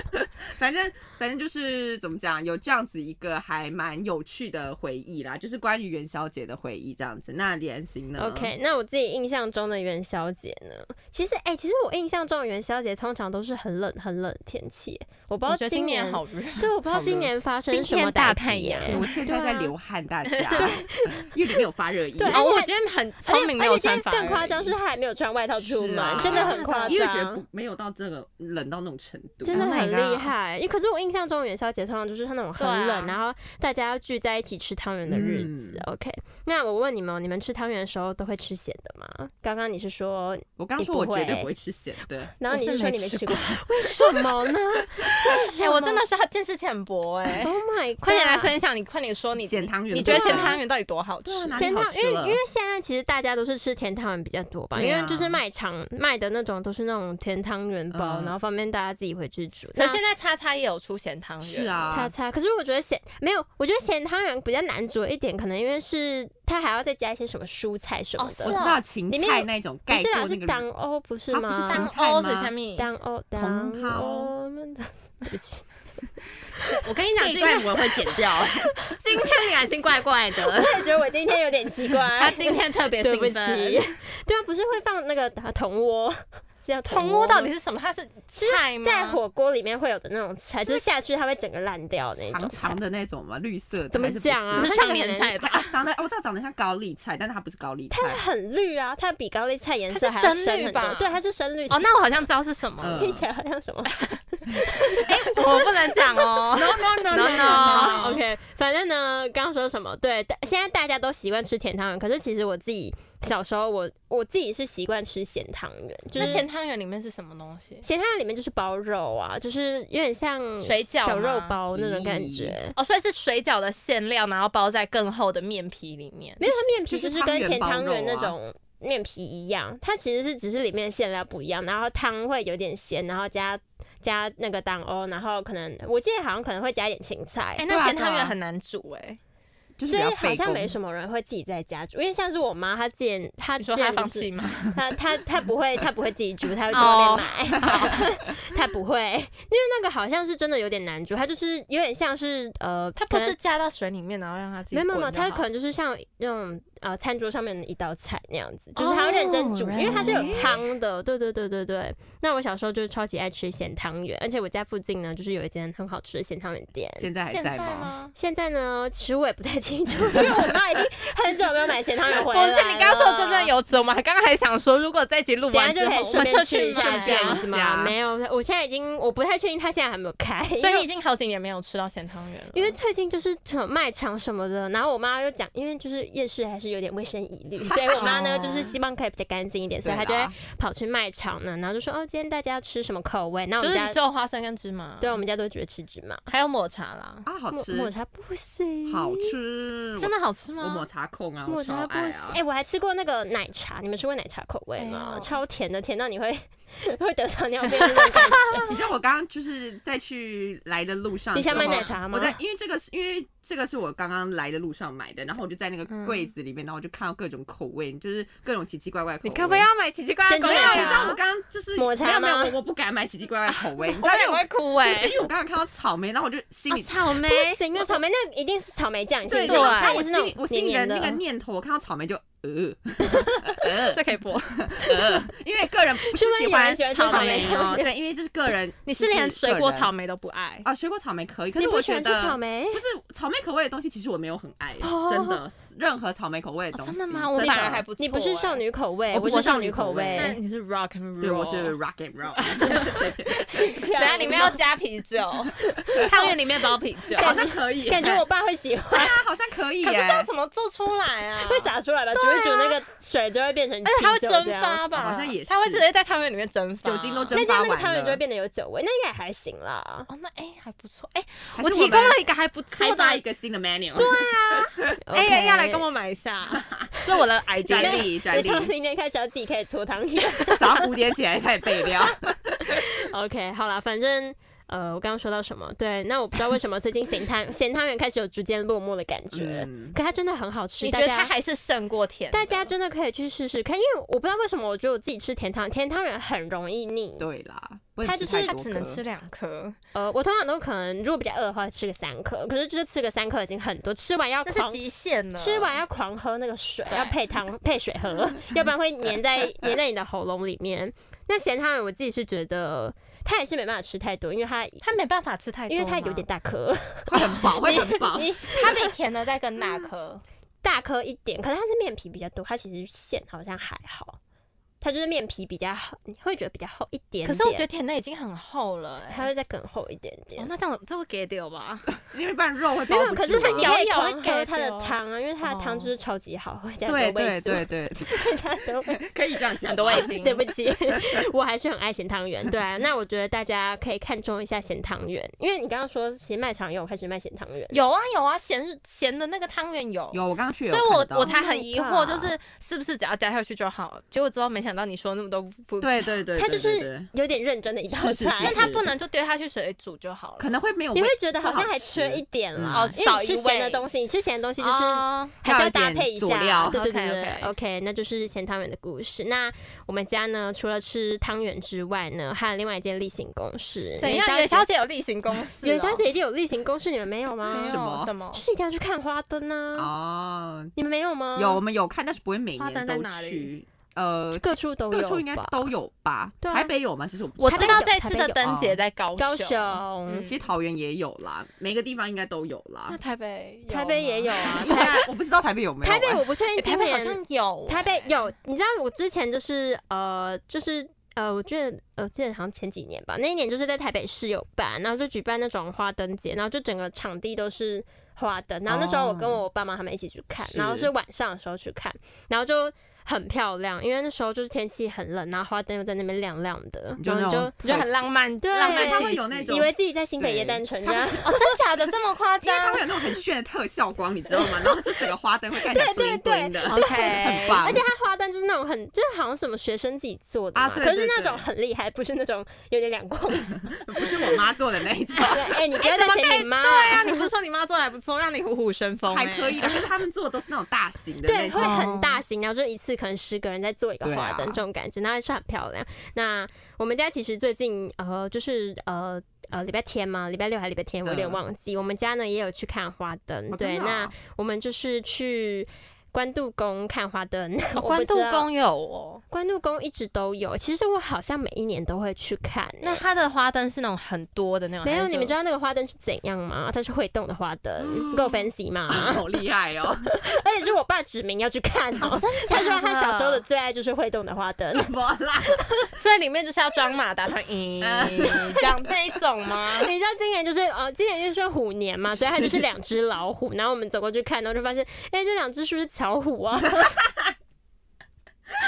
S2: 反正反正就是怎么讲，有这样子一个还蛮有趣的回忆啦，就是关于元宵节的回忆这样子。那连行呢
S3: OK，那我自己印象中的元宵节呢？其实，哎、其实我印象中的元宵节通常都是很冷、很冷的天气。我不知
S1: 我
S3: 道
S1: 觉得今年 好热，
S3: 对，我不知道
S2: 好热
S3: 今年发生
S1: 今
S3: 什么
S1: 天大
S3: 歹
S1: 太
S3: 疾
S1: 阳
S3: 耶
S2: 我现在在流汗，大家， 因为里面有发热衣，
S3: 对
S1: 哦，
S3: 而且
S1: 我今天很聪明，没
S3: 而
S1: 有
S3: 且而
S1: 穿
S3: 且今
S1: 法
S3: 天
S1: 而
S3: 更夸
S1: 已
S3: 张，是他还没有穿外套
S2: 是
S3: 出门，
S2: 啊
S3: 真的很夸
S2: 因为觉得
S3: 张
S2: 不。没有到这个冷到那种程度，
S3: 真的
S1: Oh my
S3: 很厉
S1: god
S3: 害，因为可是我印象中元宵节通常就是那种很
S1: 对啊嗯
S3: 冷，然后大家聚在一起吃汤圆的日子。OK，那我问你们哦，你们吃汤圆的时候都会吃咸的吗？刚刚你是说，
S2: 我刚
S3: 你
S2: 说我
S3: 不
S2: 绝对
S3: 会
S2: 不会吃咸的，
S3: 然后
S1: 我
S3: 你
S1: 是
S3: 说
S1: 没
S3: 你没
S1: 吃
S3: 吃过，为什么 呢？为什
S1: 哎，我真
S3: 么
S1: 的是见识浅薄 哎，
S3: Oh my，
S1: 快点来
S3: god
S1: 分享，你快点说你
S2: 咸汤圆
S1: 你觉得
S3: 对啊
S1: 咸汤圆到底多好吃
S2: 对啊？哪里
S3: 咸
S2: 好
S3: 汤，因
S2: 吃
S3: 为
S2: 了
S3: 因为现在其实大家都是吃甜汤圆比较多吧，
S2: 对
S3: 因
S2: 啊
S3: 为就是卖场卖的那种都是那种甜汤圆包，
S2: 嗯
S3: 然后方便大家自己回去煮。
S1: 可
S3: 那
S1: 是现在叉叉也有出咸汤圆，
S2: 是，啊，
S3: 擦擦，可是我觉得咸没有，我觉得咸汤圆比较难煮一点，可能因为是它还要再加一些什么蔬菜什么
S1: 哦
S2: 我
S1: 是
S2: 知
S3: 的。
S1: 啊
S2: 道芹
S3: 里面
S2: 菜
S3: 有
S2: 那种
S3: 不
S2: 盖
S3: 是啦，
S2: 过
S3: 是
S2: 那个
S3: 当欧不是
S2: 啊不是
S3: 吗？
S1: 当
S2: 芹菜
S1: 欧
S2: 吗
S1: 子下面。
S3: 当欧当
S2: 茼蒿
S3: 欧们的，对不起，
S1: 我跟你讲，
S2: 这一
S1: 今
S2: 段
S1: 天
S2: 我会剪掉，
S1: 今天你还是怪怪的，
S3: 我也 觉得我今天有点奇 怪。
S1: 他今天特别
S3: 对不
S1: 兴
S3: 起，
S1: 奋。
S3: 对啊，不是会放那个啊铜窝，是叫
S1: 铜锅
S3: 吗
S1: 到底是什么？它是菜吗？
S3: 在火锅里面会有的那种菜，就是下去它会整个烂掉那种
S2: 长
S3: 菜
S2: 长。的那种嘛，绿色的，
S3: 怎么
S2: 还是不
S3: 讲啊
S1: 不
S2: 是
S1: 是上年菜 吧？
S2: 它长得，我知道长得像高丽菜，但是它不是高丽
S3: 它
S2: 菜，
S3: 很绿啊，它比高丽菜颜色
S1: 它是
S3: 还要
S1: 深
S3: 深
S1: 绿
S3: 很
S1: 吧
S3: 多。对，它是深绿色。
S1: 哦，那我好像知道是什 么了。
S2: 嗯
S3: 听起来好像什么
S1: 我不能讲 哦。
S2: no no
S1: no, no,
S2: no，
S3: 啊？OK，反正呢，刚刚说什么？对，但现在大家都习惯吃甜汤圆，可是其实我自己小时候我，我自己是习惯吃咸汤圆，就
S1: 那
S3: 是
S1: 咸汤圆里面是什么东西？
S3: 咸汤圆里面就是包肉啊，就是有点像
S1: 水饺
S3: 小肉
S1: 吗
S3: 包那种感
S2: 咦
S3: 觉。
S1: 哦，所以是水饺的馅料，然后包在更厚的面皮里面。
S3: 没有，它面皮
S2: 就是
S3: 就是
S2: 汤
S3: 跟
S2: 圆
S3: 甜
S2: 包
S3: 汤
S2: 肉
S3: 圆那
S2: 啊
S3: 种面皮一样，它其实是只是里面的馅料不一样，然后汤会有点咸，然后加加那个蛋欧，然后可能我记得好像可能会加一点芹菜。
S1: 哎，
S2: 对
S1: 那
S2: 啊
S1: 咸
S2: 对
S1: 汤
S2: 啊
S1: 圆很难煮哎。
S2: 就是
S3: 所以
S2: 比较
S3: 好
S2: 费
S3: 像
S2: 工
S3: 没什么人会自己在家煮，因为像是我妈，她之前她
S1: 你
S3: 之
S1: 说
S3: 前
S1: 他
S3: 就
S1: 放
S3: 是
S1: 弃吗？
S3: 她她她不会，她不会自己煮，她会去外面
S1: 哦
S3: 买， 她不会，因为那个好像是真的有点难煮，它就是有点像是呃，
S1: 它不
S3: 可能
S1: 是加到水里面，然后让它自己
S3: 没有没有没有，
S1: 滚就
S3: 它
S1: 好
S3: 可能就是像那种呃餐桌上面的一道菜那样子，就是
S1: 哦
S3: 它要认真煮，因为它是有
S1: right
S3: 汤的。对对对对对。那我小时候就是超级爱吃咸汤圆，而且我家附近呢就是有一间很好吃的咸汤圆店。
S2: 现在还
S1: 现在
S2: 吗？
S1: 吗？
S3: 现在呢，其实我也不太清楚， 因为我妈已经很久没有买咸汤圆
S1: 不
S3: 回来
S1: 是，你刚刚说真正
S3: 有。
S1: 有籽，我们还刚刚还想说，如果这一集录
S3: 等一下
S1: 完之
S3: 就可
S1: 后，
S3: 以
S1: 我们
S3: 顺便
S1: 就
S3: 去
S1: 去
S3: 一下，
S1: 买
S3: 这样子吗？
S2: 买
S3: 没有，我现在已经我不太确定它现在还没有开，
S1: 所
S3: 因
S1: 以
S3: 为
S1: 你已经好几年没有吃到咸汤圆了，
S3: 因为最近就是什么卖场什么的，然后我妈又讲，因为就是夜市还是有点卫生疑 虑，所以我妈呢
S1: 哦
S3: 就是希望可以比较干净一点，所以
S2: 对
S3: 她就会
S1: 啊
S2: 啦
S3: 跑去卖场呢，然后就说哦，今天大家要吃什么口味？那我
S1: 就
S3: 们
S1: 是
S3: 家、
S1: 只有花生跟芝麻，
S3: 对我们家都只会吃芝麻，
S1: 还有抹茶啦，
S2: 啊，好
S3: 抹
S2: 吃，
S3: 抹茶嗯不行，
S2: 好吃，
S1: 真的好吃
S2: 我，我抹
S1: 吗？
S2: 茶控啊，
S3: 抹
S2: 我
S3: 茶
S2: 超
S3: 不
S2: 爱
S3: 行
S2: 啊，
S3: 哎、我还吃过那个奶茶，你们吃过奶茶口味吗？
S1: 没有
S3: 超甜的，甜到你会 会得糖尿病的那种感觉。
S2: 你知道我刚刚就是在去来的路上，
S3: 你想买
S2: 然后
S3: 奶茶吗
S2: 我在，因为这个是因为这个是我刚刚来的路上买的，然后我就在那
S3: 嗯
S2: 个柜子里面，然后我就看到各种口味，就是各种奇奇怪怪口味。
S1: 你可不要买奇奇怪怪
S3: 珍珠
S1: 口
S2: 没
S1: 味
S2: 有，
S3: 奶
S1: 啊？
S2: 你
S3: 茶
S2: 知道我刚刚就是
S3: 抹茶
S2: 没有没有，
S3: 吗
S2: 我我不敢买奇奇怪怪的口味，你知
S1: 我
S2: 道
S1: 也
S2: 因为
S1: 会
S2: 我
S1: 哭
S2: 不
S1: 哎
S2: 是，因为我刚刚看到草莓，然后我就心里
S1: 哦，草莓，
S3: 不行啊，草莓那一定是草莓酱，
S2: 对，
S3: 是不是
S1: 对
S3: 它
S2: 但
S3: 也
S2: 我
S3: 是
S2: 心
S3: 那种
S2: 里我
S3: 黏
S2: 心里的
S3: 黏的
S2: 那个念头，我看到草莓就呃
S1: 这可以播。
S2: 呃，因为个人不是
S3: 是不是
S2: 喜
S3: 有人喜欢吃
S2: 草
S3: 草
S2: 莓
S3: 莓
S2: 哦， 对，因为就是个人，
S1: 你是连水果草
S2: 莓
S1: 莓都不爱？
S2: 啊，水果草莓可以，可
S3: 你
S2: 是
S3: 不
S2: 我
S3: 喜
S2: 觉
S3: 欢吃
S2: 得
S3: 草莓？
S2: 不是草莓口味的东西，其实我没有很爱，
S3: 哦
S2: 真的，任何草莓口味的东西，
S1: 哦真的吗我
S2: 真
S1: 反而还不错哎
S3: 你不是少女口味，
S2: 我不
S3: 是
S2: 是
S3: 少
S2: 少
S3: 女
S2: 女
S3: 口
S2: 口味
S1: 那
S3: 味。
S1: 你是 rock and roll？
S2: 嗯对我
S1: 哦
S2: 是 rock and roll，随便
S1: 等一下里面要加啤 酒，汤圆里面包啤酒，
S2: 好像可以耶，
S3: 感觉我爸会喜欢，
S2: 啊好像可以
S1: 可是这样
S2: 耶，
S1: 怎么做出来啊？
S3: 会？洒出来吧？
S1: 对
S3: 绝煮一煮，那个水就会变成，
S1: 而且它会蒸
S3: 发，
S1: 发吧？
S2: 好像也是
S1: 它会直接在汤圆里面蒸发，
S2: 酒精都蒸
S3: 那这
S2: 发
S3: 样那个
S2: 完
S3: 汤圆就会
S2: 了
S3: 变得有酒味，那应该也还行啦。
S1: 哦，那哎、还不错，哎、
S2: 还
S1: 我
S2: 是
S1: 提
S2: 们
S1: 供了一个还不
S2: 开
S1: 错的，
S2: 发一
S1: 哎、
S2: 个新的 menu，对，
S1: 哎要来跟我买一 下，这是我的 idea
S2: 专。利专
S3: 你
S2: 利，
S3: 从明天开始要自己开始搓汤圆。
S2: 早上五点起来开始备料。
S3: OK，好啦，反正呃，我刚刚说到什么？对，那我不知道为什么最近咸汤 咸汤圆开始有逐渐落寞的感觉，
S2: 嗯
S3: 可它真的很好吃，
S1: 你觉
S3: 大
S1: 得它
S3: 家。
S1: 还是胜过甜的？
S3: 大家真的可以去试试看，因为我不知道为什么，我觉得我自己吃甜汤甜汤圆很容易腻。
S2: 对啦，不能
S3: 它
S2: 吃
S3: 就是
S2: 太
S1: 它
S2: 多
S1: 只能
S2: 颗
S1: 吃两颗，
S3: 呃，我通常都可能如果比较饿的话吃个三颗，可是就是吃个三颗已经很多，吃完要
S1: 那是
S3: 狂
S1: 极限了。
S3: 吃完要狂喝那个水，
S1: 对
S3: 要 配汤配水喝，要不然会粘在粘在你的喉咙里面。那咸汤圆我自己是觉得它也是没办法吃太多，因为它
S1: 它没办法吃太多
S3: 因
S1: 吗，
S3: 为它 有点大颗，
S2: 会很饱，会很饱。
S3: 你
S1: 它比甜的再更大颗。
S3: 大颗一点，可是它是面皮比较多，它其实馅好像还好，它就是面皮比较厚，你会觉得比较厚一点点。
S1: 可是我觉得甜的已经很厚了、欸，
S3: 它会再更厚一点
S1: 哦
S3: 点。，
S1: 那这样这会给掉 吧？
S2: 因为不然肉会
S3: 没
S2: 包
S3: 有，
S2: 不
S3: 可
S2: 住
S3: 是
S2: 啊
S3: 你可以
S1: 咬咬
S3: 狂
S1: 会给
S3: 喝它的
S1: 的哦
S3: 汤啊，因为它的汤
S1: 哦
S3: 就是超级好喝，加多
S2: 对
S3: 味
S2: 对
S3: 素，
S2: 对对，
S3: 加多味
S2: 可以这样讲
S1: 很多 味精，
S3: 对不起， 我还是很爱咸汤圆。对啊、那我觉得大家可以看重一下咸汤圆，因为你刚刚说其实卖场也有开始卖咸汤圆，
S1: 有啊有啊，咸咸的那个汤圆有。
S2: 有我刚刚去有
S1: 所以
S2: 看
S1: 我
S2: 到，
S1: 我才很疑惑，
S3: Oh my god
S1: 就是是不是只要加下去就好？结果之后没想到你说那么多不，
S2: 对对对，
S3: 它
S2: 对
S3: 就
S2: 对
S3: 是
S2: 对
S3: 有点认真的一道
S2: 是是是
S3: 菜，
S1: 那它不能就丢下去水煮就好了。
S2: 可能会没有味，
S3: 你会觉得好像还
S2: 不好
S3: 缺
S2: 吃
S3: 一点
S2: 嗯
S3: 啦，
S1: 哦
S3: 因为你
S1: 少
S3: 吃
S1: 一
S3: 咸的
S1: 味
S3: 东西，你吃咸的东西就是。
S1: 哦
S3: 还是要搭配一
S2: 要有点佐
S3: 下，
S2: 料
S3: 对对对对
S1: OK，OK
S3: 对，OK，那就是咸汤圆的故事。那我们家呢，除了吃汤圆之外呢，还有另外一件例行公事。
S1: 怎样？
S3: 元
S1: 元
S3: 宵
S1: 宵
S3: 节，
S1: 节有例行公事哦，
S3: 元宵节一定有例行公事，你们没有吗
S1: 没？
S2: 什
S1: 有
S2: 么
S1: 什么
S3: 就？是一定要去看花灯啊！
S2: 哦，
S3: 你们没有吗？
S2: 有我们有看，但是不会每
S1: 花
S2: 年
S1: 灯在
S2: 都
S1: 哪里
S2: 去。呃，
S3: 各处都有吧，
S2: 各处应该都有吧？
S3: 对啊
S2: 台北有吗？其实我不
S1: 我
S2: 知
S1: 知
S2: 道
S1: 道
S3: 台
S1: 这
S3: 北有
S1: 次的灯节在高
S3: 高
S1: 雄，
S3: 雄、
S1: 嗯
S2: 其实啊桃园也有啦，每个地方应该都有啦
S1: 那。台北
S3: 台北也
S1: 有
S3: 有啊。
S2: 应该我不知道台北有没
S3: 台
S2: 有
S3: 台北
S2: 欸。
S3: 我不确定
S1: 吗，
S3: 今
S1: 哎台北好
S3: 年
S1: 像有，
S3: 台北有，你知道我之前就是呃，就是呃，我记得呃，记得好像前几年吧，那一年就是在台北市有办，然后就举办那种花灯节，然后就整个场地都是花灯，然后那时候我跟我爸妈他们一起去看，
S2: 哦是
S3: 然后是晚上的时候去看，然后就。很漂亮，因为那时候就是天气很冷，然后花灯又在那边亮亮的，
S2: 嗯你就
S3: 然
S2: 那
S3: 后你
S2: 种
S3: 就
S1: 就很浪漫，
S3: 对
S1: 浪
S3: 所
S1: 漫
S3: 以它
S1: 气
S2: 会有
S1: 息
S2: 那种
S3: 以为自己在新北耶诞城这 样，
S1: 哦，真假的这么夸
S2: 因为它
S1: 张
S2: 会有那种很炫的特效光，你知道吗？然后就整个花灯会看起 来
S3: 对对
S2: 冰冰的，
S1: ？OK，
S2: 很棒。
S3: 而且它花灯就是那种很，就是好像什么学生自己做的嘛，
S2: 啊对
S3: 可是
S2: 对
S3: 那
S2: 对
S3: 种很厉害，不是那种有点两光
S2: 不是我妈做的那一种，
S3: 哎、你不要再嫌你 妈、
S1: 对啊，你不是说你妈做的还不错，让你虎虎生风、
S2: 还可 以
S1: 欸
S2: 的。可是他们做的都是那种大型的那
S3: 对，
S2: 种
S3: 会，很大型，然后就一次可能十个人在做一个
S2: 对
S3: 花
S2: 啊
S3: 灯、这种感觉，那还是很漂亮。那我们家其实最近呃，就是呃呃礼拜天嘛，礼拜六还是礼拜天，我有点
S2: 嗯
S3: 忘记。我们家呢也有去看花灯，
S2: 哦
S3: 对，
S2: 真的
S3: 那
S2: 啊
S3: 我们就是去。关渡宫看花灯， 我不
S1: 关渡
S3: 知道，
S1: 宫有哦，
S3: 关渡宫一直都有。其实我好像每一年都会去看、
S1: 那它的花灯是那种很多的那种，
S3: 没有，你们知
S1: 道？
S3: 道那个花灯是怎样吗？它是会动的花灯，够 fancy 吗？
S2: 好厉害哦！
S3: 而且是我爸指名要去看哦。
S1: 假
S3: 他
S1: 的
S3: 说他小时候的最爱就是会动的花灯，
S2: 怎么啦？
S1: 所以里面就是要装马达，它 咦，这样那一种吗？
S3: 你知道今年就是呃，今年就是虎年嘛，所以它就是两只老虎。然后我们走过去看，然后就发现，哎、这两只是不是巧虎啊？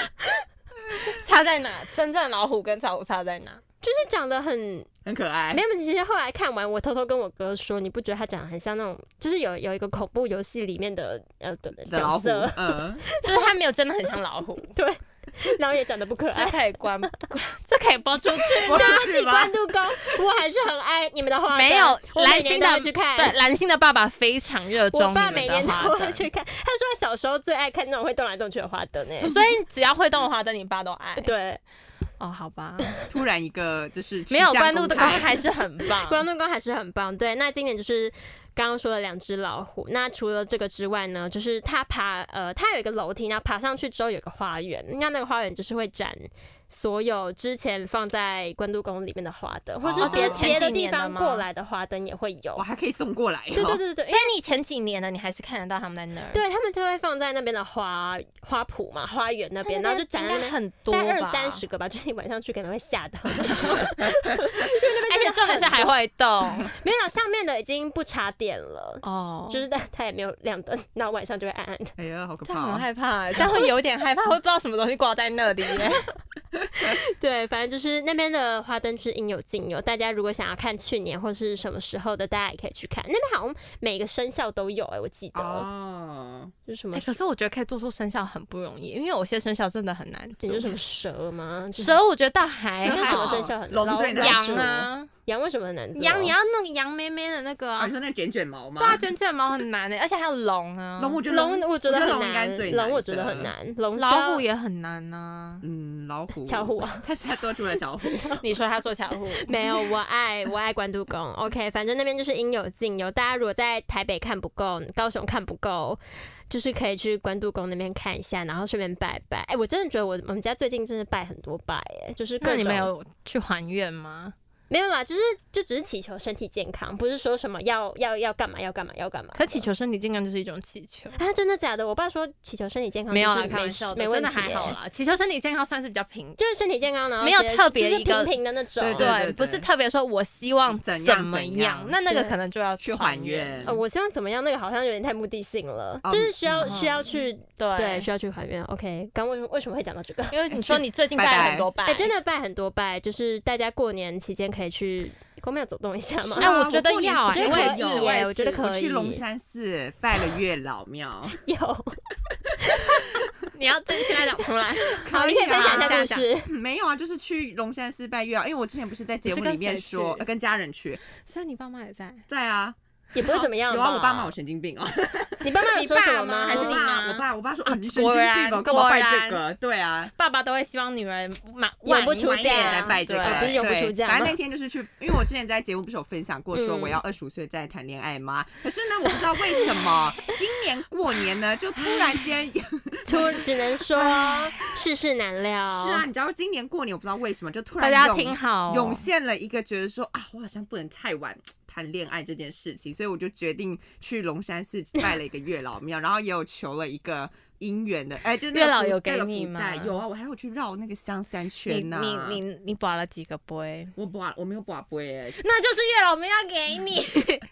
S1: 差在哪？真正的老虎跟草虎差在哪？
S3: 就是长得很
S2: 很可爱
S3: 没。有，其实后来看完，我偷偷跟我哥说，你不觉得他长得很像那种，就是有有一个恐怖游戏里面的呃的
S2: 的老
S3: 角
S2: 虎
S3: 色，，
S2: 嗯，
S1: 就是它没有真的很像老虎，
S3: 然后也长得不可
S1: 这
S3: 爱。
S1: 可以 关，关这可以播出去吗
S2: 我？出
S3: 自
S2: 去
S3: 己
S2: 吧
S3: 关。渡宫，我还是很爱你们的花灯，
S1: 没有
S3: 我每
S1: 蓝
S3: 年
S1: 心
S3: 都
S1: 的
S3: 会去看，
S1: 对，蓝心的爸爸非常热衷
S3: 我
S1: 你
S3: 爸
S1: 们
S3: 每
S1: 的
S3: 年
S1: 花
S3: 都会
S1: 灯，
S3: 去看，他说他小时候最爱看那种会动来动去的花灯诶、
S1: 所以只要会动的花灯，你爸都爱。
S3: 对，
S1: 哦，好 吧，
S2: 突然一个就是
S1: 没有关
S2: 注
S1: 注的光还是 很棒。
S3: 关东宫还是很棒。对，那今年就是刚刚说的两只老虎。那除了这个之外呢，就是它爬呃，它有一个楼梯，然后爬上去之后有一个花园，那那个花园就是会展所有之前放在关渡宫里面的花灯，或
S2: 哦
S3: 是
S2: 是
S3: 别
S1: 前
S3: 别的
S1: 几
S3: 地
S1: 年的
S3: 方
S1: 吗
S3: 过来的花灯也会有
S2: 我。还可以送过来、哦。
S3: 对对对对对，
S1: 所以你前几年的你还是看得到他们在那儿，，
S3: 对他们就会放在那边的花花圃嘛，花园那边，然后就展在那边
S1: 很多
S3: 大概
S1: 吧
S3: 二三十，个吧，就是你晚上去可能会吓到。
S1: 而且重点是还会动
S3: 没有，下面的已经不插电了，
S1: 哦，
S3: 就是但它也没有亮灯， 然后晚上就会暗暗的。
S2: 哎呀，好可
S1: 但
S2: 怕、
S1: 很
S2: 哦！
S1: 害怕 欸，但会有点害怕，会不知道什么东西挂在那里耶。
S3: 对，反正就是那边的花灯是应有尽有，大家如果想要看去年或是什么时候的，大家也可以去看。那边好像每个生肖都有哎、我记得、
S2: 哦，
S3: 就是什 么
S1: 哎，，可是我觉得可以做出生肖很不容易，因为有些生肖真的很难
S3: 你
S1: 做
S3: 就。什么蛇吗？就是
S1: 蛇我觉得倒还
S2: 蛇
S3: 那什么
S1: 好，
S3: 生肖很
S2: 龙
S3: 老
S2: 最难
S3: 老鼠
S1: 羊啊，
S3: 羊为什么很难做？
S1: 羊你要那个羊咩咩的那个
S2: 啊，
S1: 啊
S2: 你，说那卷卷毛吗？
S1: 对啊，卷卷毛很难的，而且还有龙啊，
S2: 龙我觉得
S3: 龙，我觉得很
S2: 龙应该
S3: 难
S2: 最，
S3: 龙我
S2: 难
S3: 觉得
S2: 的
S3: 很。难，龙
S1: 老虎
S3: 也
S1: 也很难啊呐。
S2: 嗯，老虎，
S3: 巧虎，啊。
S2: 他他做出了巧虎。
S1: 你说他做巧 虎，
S3: 没有，我爱我爱关渡宫。OK，反正那边就是应有尽有。大家如果在台北看不够，高雄看不够，就是可以去关渡宫那边看一下，然后顺便拜拜。哎、我真的觉得我我们家最近真的拜很多拜、哎，就是各
S1: 那
S3: 种
S1: 你们有去还愿吗？
S3: 没有啦，就是就只是祈求身体健康，不是说什么要要要干嘛要干嘛要干嘛的。
S1: 可祈求身体健康就是一种祈求。
S3: 啊，真的假的？我爸说祈求身体健康
S1: 没有
S3: 就
S1: 啦，
S3: 是
S1: 开玩笑的，
S3: 没问
S1: 真
S3: 题、
S1: 的还好
S3: 哎
S1: 啦。祈求身体健康算是比较平，
S3: 就是身体健康，然后
S1: 没有
S3: 一些
S1: 特别
S3: 就是
S1: 一个
S3: 平平的那种。
S2: 对对
S1: 对，不是特别说我希望
S2: 怎
S1: 怎
S2: 样
S1: 么
S2: 怎样
S1: 那那个
S3: 对
S1: 可能就要
S2: 去
S1: 还
S2: 还愿
S3: 呃，我希望怎么样？那个好像有点太目的性了，
S2: 哦
S3: 就是需要
S1: 嗯
S3: 需要去
S1: 对
S3: 对，需要去还愿。OK，刚为什么为什么会讲到这个？
S1: 因为你说你最近
S2: 拜
S1: 拜了
S2: 拜
S1: 很多拜，
S3: 哎、真的拜很多拜，就是大家过年期间可以去公庙走动一 下嘛
S2: 是。
S1: 哎，
S2: 啊
S1: 我
S2: 我
S1: 觉得
S2: 过年
S1: 要，
S2: 其
S1: 哎
S2: 实
S1: 我也
S2: 可以
S1: 是，
S2: 有
S1: 我也
S3: 哎我觉得
S1: 是
S3: 可
S2: 我去
S3: 以
S2: 龙山寺拜了月老庙，
S3: 有，
S1: 你要自己现在讲出来，
S3: 好，你可以分享一下故事。
S2: 没有啊，就是去龙山寺拜月老，因为我之前不是在节目
S1: 你是跟
S2: 里面
S1: 谁
S2: 说
S1: 去
S2: 呃跟家人去，
S1: 所以你爸妈也在，
S2: 在啊，
S3: 也不会怎么样吧。
S2: 有啊，我爸骂我神经病哦，
S3: 你爸妈有
S1: 你
S3: 说什
S1: 爸
S3: 么吗？
S1: 吗还是
S2: 我
S1: 你
S2: 爸
S1: 妈
S2: 我爸我爸说啊，你神经
S1: 果
S2: 病
S1: 然
S2: 哦，干嘛拜
S1: 果
S2: 这
S1: 然
S2: 个？对啊，
S1: 爸爸都会希望女儿满
S3: 永
S1: 晚
S3: 不
S1: 一
S3: 出
S1: 晚一
S3: 嫁
S1: 点
S2: 在拜这个，
S1: 对
S3: 哦不是永不
S2: 对
S3: 出嫁吗
S2: 反正那天就是去，因为我之前在节目不是有分享过说
S3: 嗯
S2: 我要二十五岁再谈恋爱吗？可是呢，我不知道为什么今年过年呢，就突然间，是
S3: 出只能说世事难料。
S2: 啊，，你知道今年过年我不知道为什么就突
S1: 大
S2: 然
S1: 家
S2: 涌
S1: 听好哦，
S2: 涌现了一个觉得说啊，我好像不能太晚谈恋爱这件事情，所以我就决定去龙山寺拜了一个月老庙，然后也有求了一个姻缘的，哎，就那个
S1: 月老
S2: 福
S1: 有给
S2: 那个福
S1: 你吗
S2: 袋有啊，我还有去绕那个香三
S1: 你
S2: 圈呢、
S1: 你你你拔了几个杯？
S2: 我不我没有把杯、哎
S1: 那就是月老们要给你，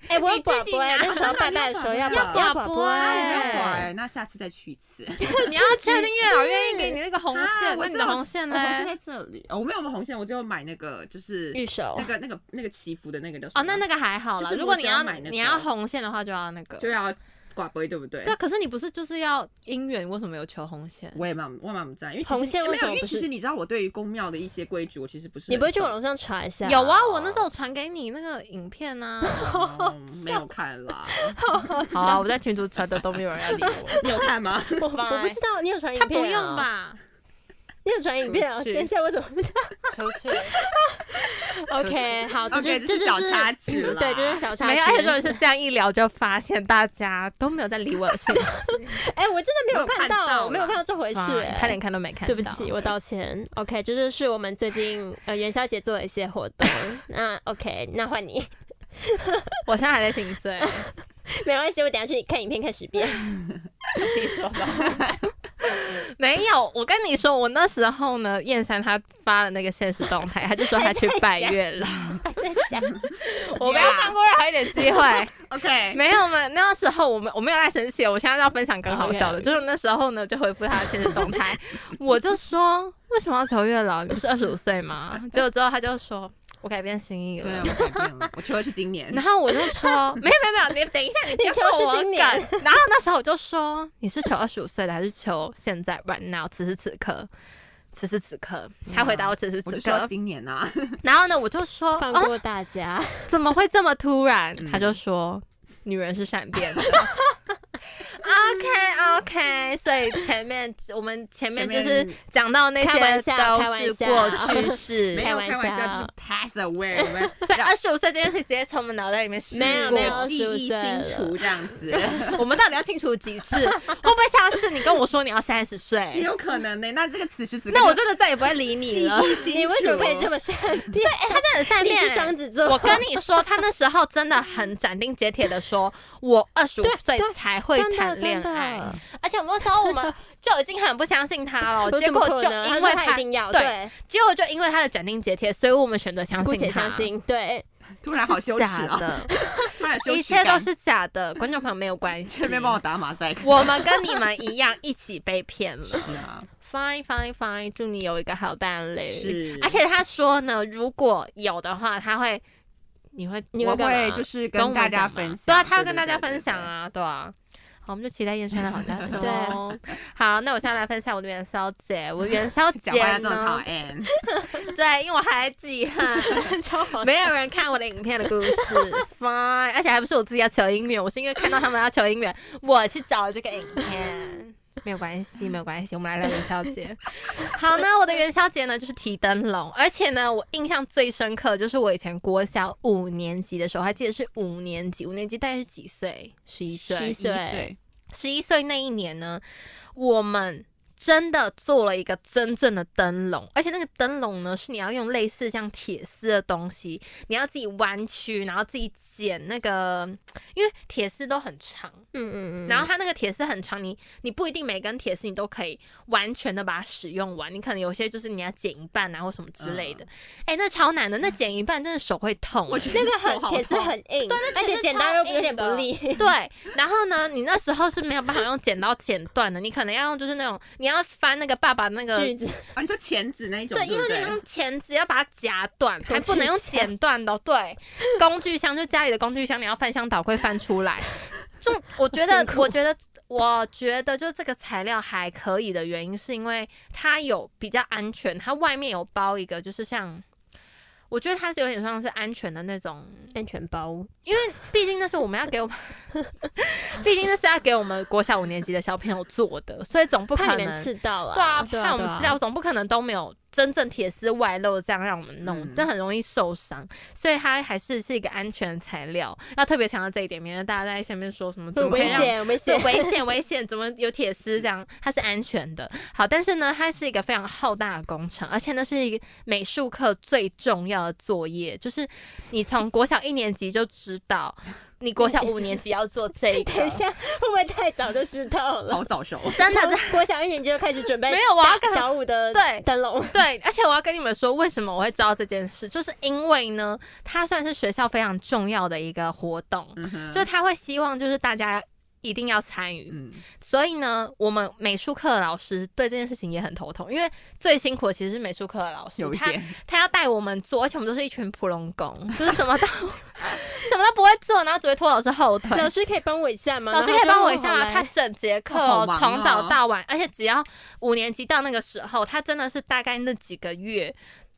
S3: 哎、我有
S1: 你
S3: 宝
S1: 自己
S3: 宝哎，
S1: 拿
S3: 那时
S2: 真
S3: 候
S2: 的
S3: 拜
S2: 你
S3: 拜
S2: 有
S3: 的时候
S2: 宝
S3: 要
S2: 贝啊
S3: 宝要
S1: 宝
S3: 宝宝
S1: 贝
S2: 啊，我
S3: 哎。
S2: 没有把
S1: 哎
S2: 哎，那下次再去一次。
S1: 你要确定月老愿意给你那个红
S2: 啊
S1: 线，
S2: 我
S1: 那
S2: 知
S1: 你
S2: 道
S1: 的红线
S2: 我红线
S1: 嘞？
S2: 在这里，哦我没有我红线，我只有买那个就是
S3: 玉手
S2: 那个那个那个祈福的那个叫什么
S1: 哦，那那个还好
S2: 就
S1: 啦。
S2: 是
S1: 如果
S2: 我
S1: 你
S2: 只要
S1: 要
S2: 买那个
S1: 你要红线的话，就要那个。
S2: 就要挂杯，对不对？
S1: 对，可是你不是就是要姻缘，为什么有求红线？
S2: 我也蛮我也蛮不在，因为其实
S3: 红线
S2: 没有
S3: 为什么
S2: 因为
S3: 不
S2: 其
S3: 是
S2: 实你知道我对于宫庙的一些规矩，我其实不是
S3: 你不会
S2: 很
S3: 去
S2: 懂
S3: 网络上查一下？
S1: 有啊，我那时候传给你那个影片啊。
S2: 嗯没有看 啦，
S1: 好啊，我在群主传的都没有人要理我。
S2: 你有看吗？
S3: 我我不知道你有传影
S1: 他
S3: 片、哦
S1: 不用？吧？
S3: 你有传影片啊？
S1: 出去
S3: 等一下，我怎么不知道
S1: 求去。
S3: ？OK，好，这
S2: OK，这
S3: 就这
S2: 是
S3: 就
S2: 小插曲啦
S3: 对，这是小插曲。
S1: 没有，而且重点是这样一聊就发现大家都没有在理我的 讯息，
S3: 哎，我真的没有看
S2: 没有看到
S3: 到，
S2: 啦
S3: 没有看到这回事，哎
S1: 他连看都没看到。
S3: 对不起，我道歉。OK，这就是我们最近呃元宵节做的一些活动。 那 OK，那换你，
S1: 我现在还在心碎。
S3: 没关系，我等一下去看影片看十遍。自己 说吧。
S1: 没有，我跟你说，我那时候呢，燕山他发了那个现实动态，他就说他去 拜月老，
S3: 在家
S1: 我不要放过任何一点机会。
S2: OK，
S1: 没有嘛，那时候我们我没有在生气，我现在要分享更好笑的
S3: OK
S1: 就是那时候呢，就回复他的现实动态，我就说为什么要求月老？你不是二十五岁吗？结果之后他就说，我改变心意
S2: 对，
S1: 了。
S2: 我改变了，我求的是今年
S1: 然。后我就说，没有没有没有，你等一下，你不要
S3: 你求的是
S1: 破我
S3: 今
S1: 梗。
S3: 年
S1: 然后那时候我就说，你是求二十五岁的，还是求现在 right now 此时此刻？此时此刻，他回答我此时
S2: 我
S1: 此
S2: 就
S1: 刻
S2: 说，今年啊呐、
S1: 然后呢，我就说，
S3: 放
S1: 哦，
S3: 过大家，
S1: 怎么会这么突然
S2: 嗯？
S1: 他就说，女人是善变的。啊， OK OK，所以前面我们前面就
S2: 前
S1: 是
S2: 面
S1: 讲到那
S3: 开
S1: 些
S3: 玩笑
S1: 都
S3: 开玩
S1: 是
S3: 笑
S1: 过去 式
S2: 没，有开
S3: 开玩
S2: 玩笑，
S3: 笑
S2: 就是 pass away，我 们
S1: 所以二十五岁这件事直接从我们脑袋里面洗
S3: 没有
S1: 过
S3: 没有
S2: 记忆清除这样 子，
S1: 我们到底要清楚几 次？会不会下次你跟我说你要三十
S2: 也
S1: 岁，
S2: 有可能呢、那这个此时此刻，
S1: 那我真的再也不会理你
S2: 记
S1: 了？
S2: 忆清
S3: 你为什么可以这
S2: 么？
S3: 么善变？
S1: 哎、他真的很善
S3: 你
S1: 变、
S3: 是双子 座，
S1: 我跟你说，他那时候真的很斩钉截铁的说，我二十五岁
S3: 对
S1: 才会
S3: 真的
S1: 谈恋
S3: 真的
S1: 爱，哦而且我们那时候我 们就已经很不相信他了，
S3: 我
S1: 结
S3: 怎么
S1: 果
S3: 可
S1: 就
S3: 能
S1: 因
S3: 他
S1: 为
S3: 说他一定要
S1: 对，
S3: 对，
S1: 结果就因为他的斩钉截铁，所以我们选择相
S3: 姑
S1: 信
S3: 且
S1: 他。
S3: 相信， 对，
S2: 突然好羞耻
S1: 假
S2: 啊！
S1: 的，
S2: 突然羞耻，
S1: 一切都。是假的，观众朋友没有关系
S2: 前。面帮我打马赛克。
S1: 我们跟你们一样，一起被骗了。
S2: 是啊，
S1: Fine, fine, fine，祝你有一个好伴侣。
S2: 是
S1: 而且他说呢，如果有的话，他会，你会，
S3: 你
S2: 我
S3: 会干嘛
S2: 会就是
S1: 跟
S2: 跟
S1: 我
S2: 大家
S1: 讲嘛
S2: 分享。
S1: 对啊，他会跟
S2: 对
S1: 大家
S2: 对对
S1: 分享
S2: 对
S1: 啊，对啊。好，我们就期待燕川的好消 息
S3: 对
S1: 哦。好，那我现在来分享我的元宵节。我元宵
S2: 讲话
S1: 节
S2: 要这么讨
S1: 呢，
S2: 厌，
S1: 对，因为我还记恨，
S3: 超好
S1: 没有人看我的影片的 故事，fine，而且还不是我自己要求音乐，我是因为看到他们要求音 乐，我去找了这个影片。没有关系，没有关系，我们来聊元宵节。 好，那我的元宵节呢，就是提灯笼，而且呢，我印象最深刻就是我以前国小五年级的时候，还记得是五年级，五年级大概是几岁？十一岁，
S3: 11岁，
S1: 十一岁那一年呢，我们真的做了一个真正的灯笼，而且那个灯笼呢，是你要用类似像铁丝的东西，你要自己弯曲，然后自己剪那个，因为铁丝都很长，
S3: 嗯嗯嗯，
S1: 然后它那个铁丝很长，你你不一定每根铁丝你都可以完全的把它使用完，你可能有些就是你要剪一半啊或什么之类的，哎、那超难的，那剪一半真的手会痛、
S2: 我
S1: 哎
S2: 觉得
S3: 那个
S2: 手
S3: 很
S2: 好
S3: 铁丝
S2: 痛
S3: 很硬，而
S1: 铁
S3: 且
S1: 丝
S3: 剪刀
S1: 超
S3: 又有点
S1: 硬
S3: 不
S1: 的
S3: 利，
S1: 对，然后呢，你那时候是没有办法用剪刀剪断的，你可能要用就是那种你要翻那个爸爸那个
S3: 锯子
S2: 啊，你说钳子那一种，
S1: 对，因
S2: 不
S1: 为你用钳子要把它夹断，还不
S3: 具
S1: 能用
S3: 箱
S1: 剪断的哦。对，工具箱就家里的工具箱，你要翻箱倒柜翻出来。就我觉得
S3: 辛，苦
S1: 我觉得，我觉得，就这个材料还可以的原因，是因为它有比较安全，它外面有包一个，就是像，我觉得它是有点像是安全的那种，
S3: 安全包，
S1: 因为毕竟那是我们要给我们， 毕竟那是要给我们国小五年级的小朋友做的，所以总不可
S3: 怕
S1: 能
S3: 你们刺到了，
S1: 对啊，
S3: 对
S1: 怕我们
S3: 啊
S1: 知道，总不可能都没有真正铁丝外露这样让我们弄
S2: 嗯，
S1: 这、很容易受伤，所以它还是是一个安全的材料，要特别强调这一点，免得大家在下面说什么怎
S3: 很
S1: 么可以
S3: 危
S1: 让。
S3: 险，危
S1: 对
S3: 险，
S1: 危险，危险！怎么有铁丝这样？它是安全的。好，但是呢，它是一个非常浩大的工程，而且那是一个美术课最重要的作业，就是你从国小一年级就知道，你国小五年级要做这一
S3: 等
S1: 个
S3: 一。下，会不会太早就知 道了
S2: 好？早熟，
S1: 真的，真的
S3: 从国小一年级就开始准备
S1: 没有我要跟他
S3: 小五的
S1: 对
S3: 灯笼，
S1: 对，而且我要跟你们说，为什么我会知道这件事，就是因为呢，它算是学校非常重要的一个活动，
S2: 嗯哼
S1: 就是他会希望就是大家一定要参与，
S2: 嗯，
S1: 所以呢，我们美术课的老师对这件事情也很头痛，因为最辛苦的其实是美术课的老师
S2: 有，一
S1: 他
S2: 点
S1: 他要带我们做，而且我们都是一群普龙工， 就是什么都什么都不会做，然后只会拖老师后腿，
S3: 老师可以帮我一下吗？
S1: 老师可
S3: 然后
S1: 以
S3: 就
S1: 帮我
S3: 哦
S1: 一下
S3: 好
S1: 吗？
S3: 来
S1: 他整节课
S2: 好
S1: 哦，
S2: 忙
S1: 从、早
S2: 哦
S1: 到晚，而且只要五年级到那个时候，他真的是大概那几个月，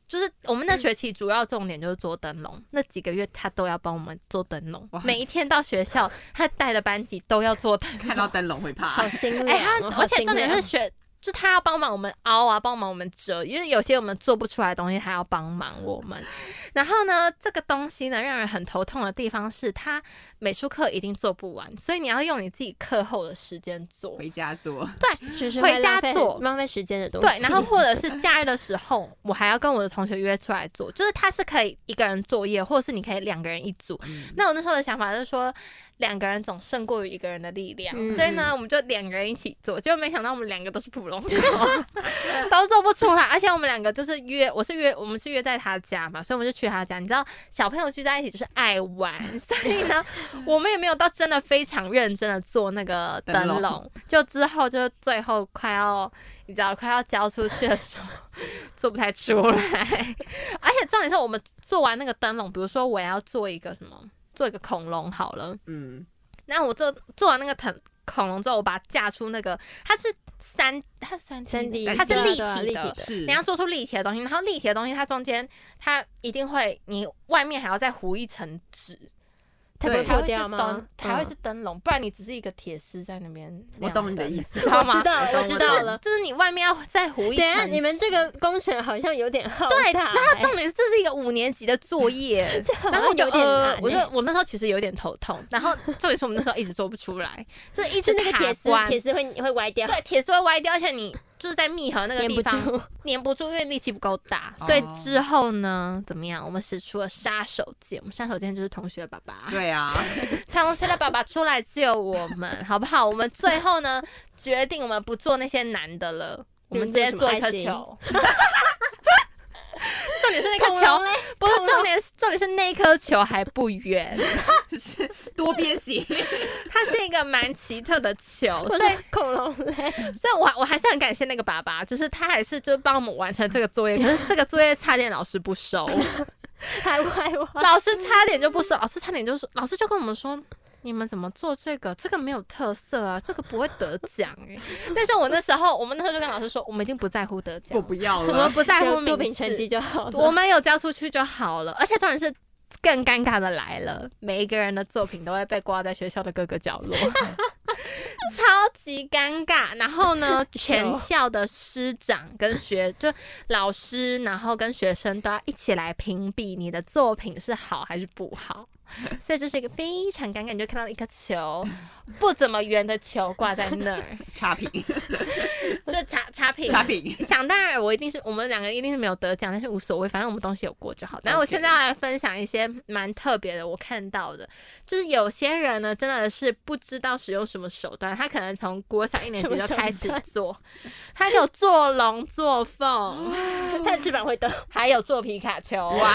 S1: 就是我们那学期主要重点就是做灯笼，那几个月他都要帮我们做灯笼
S2: 哇，
S1: 每一天到学校，他带的班级都要做灯
S2: 看到
S1: 笼。
S2: 灯笼会怕
S3: 好，心
S1: 哎、
S3: 凉哦，
S1: 他
S3: 好
S1: 而且重点是
S3: 心凉
S1: 学，就他要帮忙我们凹啊，帮忙我们折，因为有些我们做不出来的东西，他要帮忙我们。然后呢，这个东西呢，让人很头痛的地方是，他美术课一定做不完，所以你要用你自己课后的时间做。
S2: 回家做，
S3: 就是
S1: 回
S3: 会
S1: 家
S3: 浪费
S1: 做
S3: 浪费时间的东西。
S1: 对，然后或者 是假日的时候，我还要跟我的同学约出来做，就是他是可以一个人作业，或者是你可以两个人一组。
S2: 嗯
S1: 那我那时候的想法就是说，两个人总胜过于一个人的力量，
S3: 嗯
S1: 所以呢，我们就两个人一起做，结果没想到我们两个都是 普通狗，都做不出来，而且我们两个就是约，我是约，我们是约在他家嘛，所以我们就去他家。你知道，小朋友聚在一起就是爱玩，所以呢，我们也没有到真的非常认真的做那个灯
S2: 灯
S1: 笼，就之后就最后快要。你知道快要交出去的时候，做不太出来， 而且重点是我们做完那个灯笼，比如说我要做一个什么，做一个恐龙好了，
S2: 嗯，
S1: 然后我做做完那个腾恐龙之后，我把它架出那个，它是三，它是三 D 的
S3: 三 D
S1: 它是
S3: 对啊
S1: 立
S3: 对啊
S1: 体
S3: 立
S1: 的
S3: 体。
S2: 是，
S1: 你要做出立体的东西，然后立体的东西它中间它一定会，你外面还要再糊一层纸，
S3: 它不会
S2: 对
S3: 破
S2: 破
S3: 掉吗？
S4: 还会
S3: 嗯
S4: 是灯笼，不然你只是一个铁丝在那边亮灯。
S2: 我懂你的意 思
S4: 知道吗？
S3: 我知道了
S4: 懂
S3: 我知
S4: 懂
S1: 就
S3: 道
S1: 是
S3: 了
S1: 就是你外面要再糊一
S3: 等一下，
S1: 层。
S3: 你们这个工程好像有点浩
S1: 对，
S3: 大
S1: 然
S3: 欸
S1: 后重点是这是一个五年级的作业，
S3: 这好
S1: 然后我
S3: 像
S1: 就
S3: 有点
S1: 呃
S3: 难，
S1: 我就
S3: 欸
S1: 我那时候其实有点头痛，然 后重点是我们那时候一直做不出来，就一直
S3: 是那个
S1: 卡
S3: 铁丝，
S1: 关，
S3: 铁丝会会歪掉，
S1: 对，铁丝会歪掉，而且你就是在密合那个
S3: 粘
S1: 地
S3: 不
S1: 方
S3: 住。
S1: 粘不住，因为力气不够大，所以
S2: 哦
S1: 之后呢，怎么样？我们使出了杀手锏，我们杀手锏就是同学的爸爸，
S2: 对啊，
S1: 同学的爸爸出来救我 们，好不好？我们最后呢，决定我们不做那些难的 了，我
S3: 你们
S1: 们直接
S3: 做
S1: 做
S3: 什
S1: 一
S3: 么
S1: 颗
S3: 爱心啊
S1: 球。 重点是那颗
S3: 恐龙
S1: 球，
S3: 嘞
S1: 不是
S3: 恐龙
S1: 重点是，重点是那颗球还不圆，
S2: 就是多边形。
S1: 它是一个蛮奇特的球，
S3: 我
S1: 所以
S3: 是恐龙嘞，
S1: 所以我我还是很感谢那个爸爸，就是他还是就帮我们完成这个作业，可是这个作业差点老师不收，
S3: 还歪歪，
S1: 老师差点就不收，老师差点就说，老师就跟我们说。你们怎么做这个？这个没有特色啊，这个不会得奖哎、 但是我那时候，我们那时候就跟老师说，我们已经不在乎得奖
S2: 我
S1: 了，
S2: 不要
S1: 我们
S2: 了，
S1: 不在乎
S3: 就作品
S1: 名次
S3: 成绩就好了。
S1: 我们有交出去就好了。而且重点是，更尴尬的来了，每一个人的作品都会被挂在学校的各个角 落，超级尴尬。然后呢，全校的师长跟学 就老师，然后跟学生都要一起来评比你的作品是好还是不好。所以这是一个非常尴尬，你就看到一颗球不怎么圆的球挂在那儿，
S2: 差评，
S1: 就差差评
S2: 差评。
S1: 想当然，我一定是我们两个一定是没有得奖，但是无所谓，反正我们东西有过就好。然后我现在要来分享一些蛮特别的，我看到的，就是有些人呢真的是不知道使用什么手段，他可能从国小一年级就开
S3: 什
S1: 始
S3: 么
S1: 做，他有做龙、做凤，
S3: 它的翅膀会动，
S1: 还有做皮卡丘。
S2: 哇，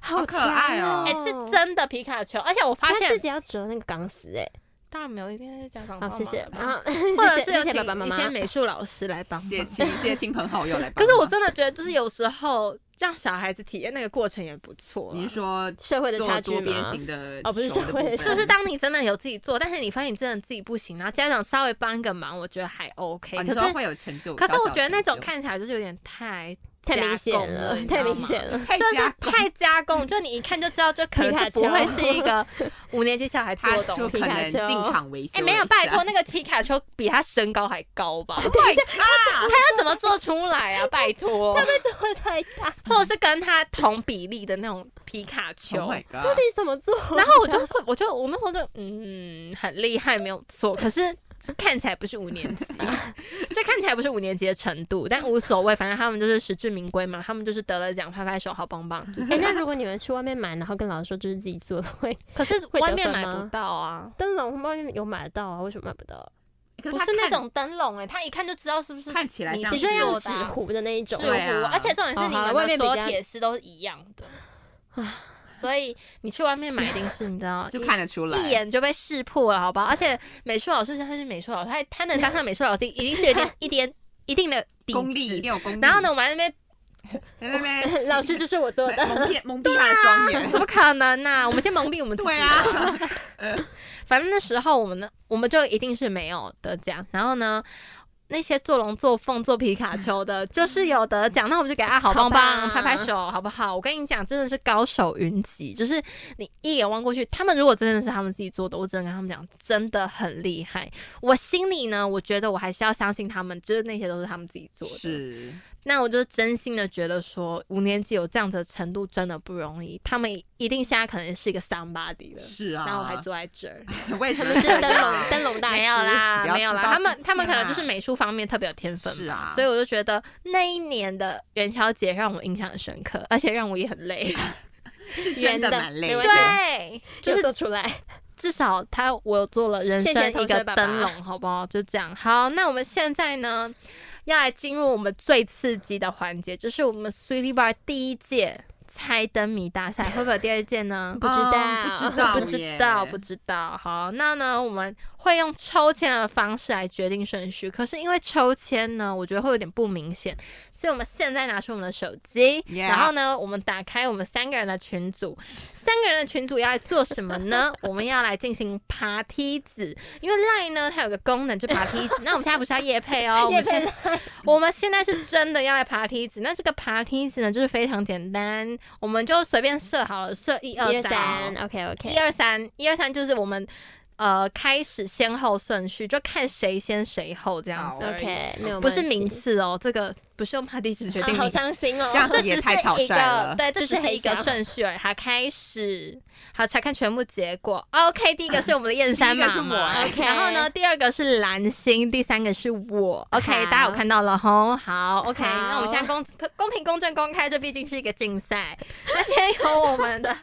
S3: 好
S2: 可爱哦
S1: 哎、是真的皮卡丘，而且我发
S3: 他自
S1: 现哦
S3: 己要折那个钢丝哎，
S1: 当然没有，一定是家长
S3: 好
S1: 帮
S3: 谢谢，
S1: 忙
S3: 然
S1: 的吧
S3: 后嗯
S1: 啊
S3: 谢
S1: 或者
S3: 谢
S1: 是有
S3: 谢谢爸
S1: 请
S3: 爸妈
S1: 一
S3: 妈
S1: 些。美术老师来帮忙。
S2: 谢 亲谢亲朋好友来帮忙。
S1: 可是我真的觉得，就是有时候让小孩子体验那个过程也不错啦。啊
S2: 您说
S3: 社会的
S2: 做
S3: 差距
S2: 多边
S3: 吗
S2: 形的
S3: 哦不是
S2: 球
S3: 社
S2: 的
S3: 会
S2: 部分啊
S3: 的差距
S1: 就是当你真的有自己做，但是你发现你真的自己不行，然后家长稍微帮一个忙，我觉得还 OK、
S2: 啊，你
S1: 可
S2: 说
S1: 是
S2: 会有成就。
S1: 可是
S2: 小小
S1: 我觉得那
S2: 成
S1: 种
S2: 就
S1: 看起来就是有点太
S3: 太明显
S1: 加工了
S3: 了，
S1: 你知
S3: 太
S1: 道
S3: 明
S1: 吗
S3: 显了。
S2: 太
S1: 就是
S2: 加工
S1: 太加工，就你一看就知道，就可能
S3: 皮卡
S1: 这
S3: 丘
S1: 不会是一 个五年级小孩做
S2: 他
S1: 的
S2: 就
S1: 东西。
S2: 可
S3: 皮卡
S2: 能
S3: 丘
S2: 进场维修。
S1: 哎、没有，拜托，，那个皮卡丘比他身高还高吧？
S2: 啊，
S1: 他要怎么做出来啊？拜 托，
S3: 这会太大，
S1: 或者是跟他同比例的那种皮卡丘。
S2: Oh my
S3: 到
S2: god！
S3: 底怎么做？
S1: 然后我就会，我就我那时候就嗯，很厉害，没有错。可是这看起来不是五年 级，这看起来不是五年级的程度，但无所谓，反正他们就是实至名归嘛，他们就是得了奖，拍拍手，好棒棒。就这
S3: 哎，
S1: 样
S3: 那如果你们去外面买，然后跟老师说这是自己做的，会
S1: 可是
S3: 会得
S1: 外面
S3: 分
S1: 买
S3: 吗
S1: 不到 啊，
S3: 灯笼外面有买得到啊？为什么买不到？
S2: 可
S1: 不
S2: 他
S1: 是那
S2: 看
S1: 种灯笼哎，他一看就知道是不是
S2: 看起来
S1: 你
S2: 像
S3: 你
S1: 必
S3: 说
S1: 须
S2: 是
S1: 要
S3: 用
S2: 做
S3: 纸
S1: 的啊
S3: 糊的那一种
S1: 纸
S2: 对啊
S1: 糊，而且重点
S3: 哦
S1: 是你
S3: 好了
S1: 们
S3: 外面
S1: 的
S3: 比
S1: 所
S3: 较
S1: 有铁丝都是一样的，所以你去外面买一定是你知道
S2: 就
S1: 一
S2: 看得出来。哎
S1: 一眼就被识破了，好不好？而且美术老师像他是美术老师，他他能当上美术老师，一定是有 点一点一定的底
S2: 功力一
S1: 子。
S2: 定有功力。
S1: 然后呢，，我们还在那边
S2: 在那 边
S3: 老师，这是我做 的，
S2: 蒙骗蒙蔽他的双
S1: 怎
S2: 眼。
S1: 么可能呢、我们先蒙蔽我们自己。
S2: 对啊，
S1: 反正那时候我们呢，我们就一定是没有得奖。然后呢，那些做龙做凤做皮卡丘 的，就是有得奖，那我们就给他好棒
S3: 好棒
S1: 棒，
S2: 啊
S1: 拍拍手，好不好？我跟你讲，真的是高手云集，就是你一眼望过去，他们如果真的是他们自己做的，我只能跟他们讲，真的很厉害。我心里呢，我觉得我还是要相信他们，就是那些都是他们自己做的。
S2: 是
S1: 那我就真心的觉得说，五年级有这样子的程度真的不容易，他们一定现在可能是一个 somebody 了。
S2: 是啊。
S1: 然后我还坐在这儿，
S2: 为什
S3: 他
S2: 么
S3: 们是
S2: 这
S3: 灯笼
S2: 样？啊
S3: 灯笼大师。
S1: 没有啦
S2: 不，要
S1: 没有啦，
S2: 自暴
S1: 他们
S2: 自弃
S1: 他们可能
S2: 啦
S1: 就是美术方面特别有天分
S2: 是
S1: 吧，
S2: 啊
S1: 所以我就觉得那一年的元宵节让我印象很深刻，而且让我也很累，
S2: 是
S3: 圆
S2: 真的
S3: 的
S2: 蛮
S3: 没
S2: 累
S3: 关
S2: 的
S3: 系。
S1: 对，就
S3: 就是做
S1: 是
S3: 出来，
S1: 至少他我有做了人
S3: 谢谢
S1: 生
S3: 同
S1: 一
S3: 学
S1: 个
S3: 爸爸
S1: 灯笼，好不好？就这样，好，那我们现在呢，要来进入我们最刺激的环节，就是我们 Sweetie Bar 第一届猜灯谜大赛，会不会有第二届呢？
S3: 哦不知
S2: 嗯
S3: 道
S2: 不知道，
S1: 不知道，不。知道。好，那呢，我们会用抽签的方式来决定顺序。可是因为抽签呢，我觉得会有点不明显，所以我们现在拿出我们的手机
S2: Yeah
S1: 然后呢，我们打开我们三个人的群组。三个人的群组要来做什么呢？我们要来进行爬梯子，因为 Line 呢它有个功能就爬梯子。那我们现在不是要夜配 哦，我
S3: 叶
S1: 们现
S3: 佩
S1: 在我们现在是真的要来爬梯子。那这个爬梯子呢，就是非常简单，我们就随便设好了，设一二
S3: 一二
S1: 三
S3: 三，，OK
S1: 一
S3: OK，
S1: 二三，一二三就是我们呃开始先后顺序，就看谁先谁后这样子
S2: 好
S1: 而已
S3: OK，没有
S1: 不是
S3: 问题
S1: 名次哦，这个不是用帕蒂斯决定
S3: 啊，好
S1: 名次。
S3: 伤心哦，
S2: 这样
S1: 这
S2: 子也
S1: 只
S2: 太草
S1: 是一
S2: 率
S1: 个
S2: 了
S1: 对，这
S3: 就
S1: 只
S3: 是
S1: 是
S3: 黑
S1: 一个
S3: 箱
S1: 顺序而已。好，开始，好，查看全部结果。OK，第一个是我们的燕山
S2: 第一
S1: 妈
S2: 个是我啊
S1: 妈
S3: OK
S1: 然后呢，第二个是蓝心，第三个是我。OK，
S3: 好
S1: 大家有看到了吼？好，OK，
S3: 好
S1: 那我们现在公公平、公正、公开，这毕竟是一个竞赛。那先由我们 的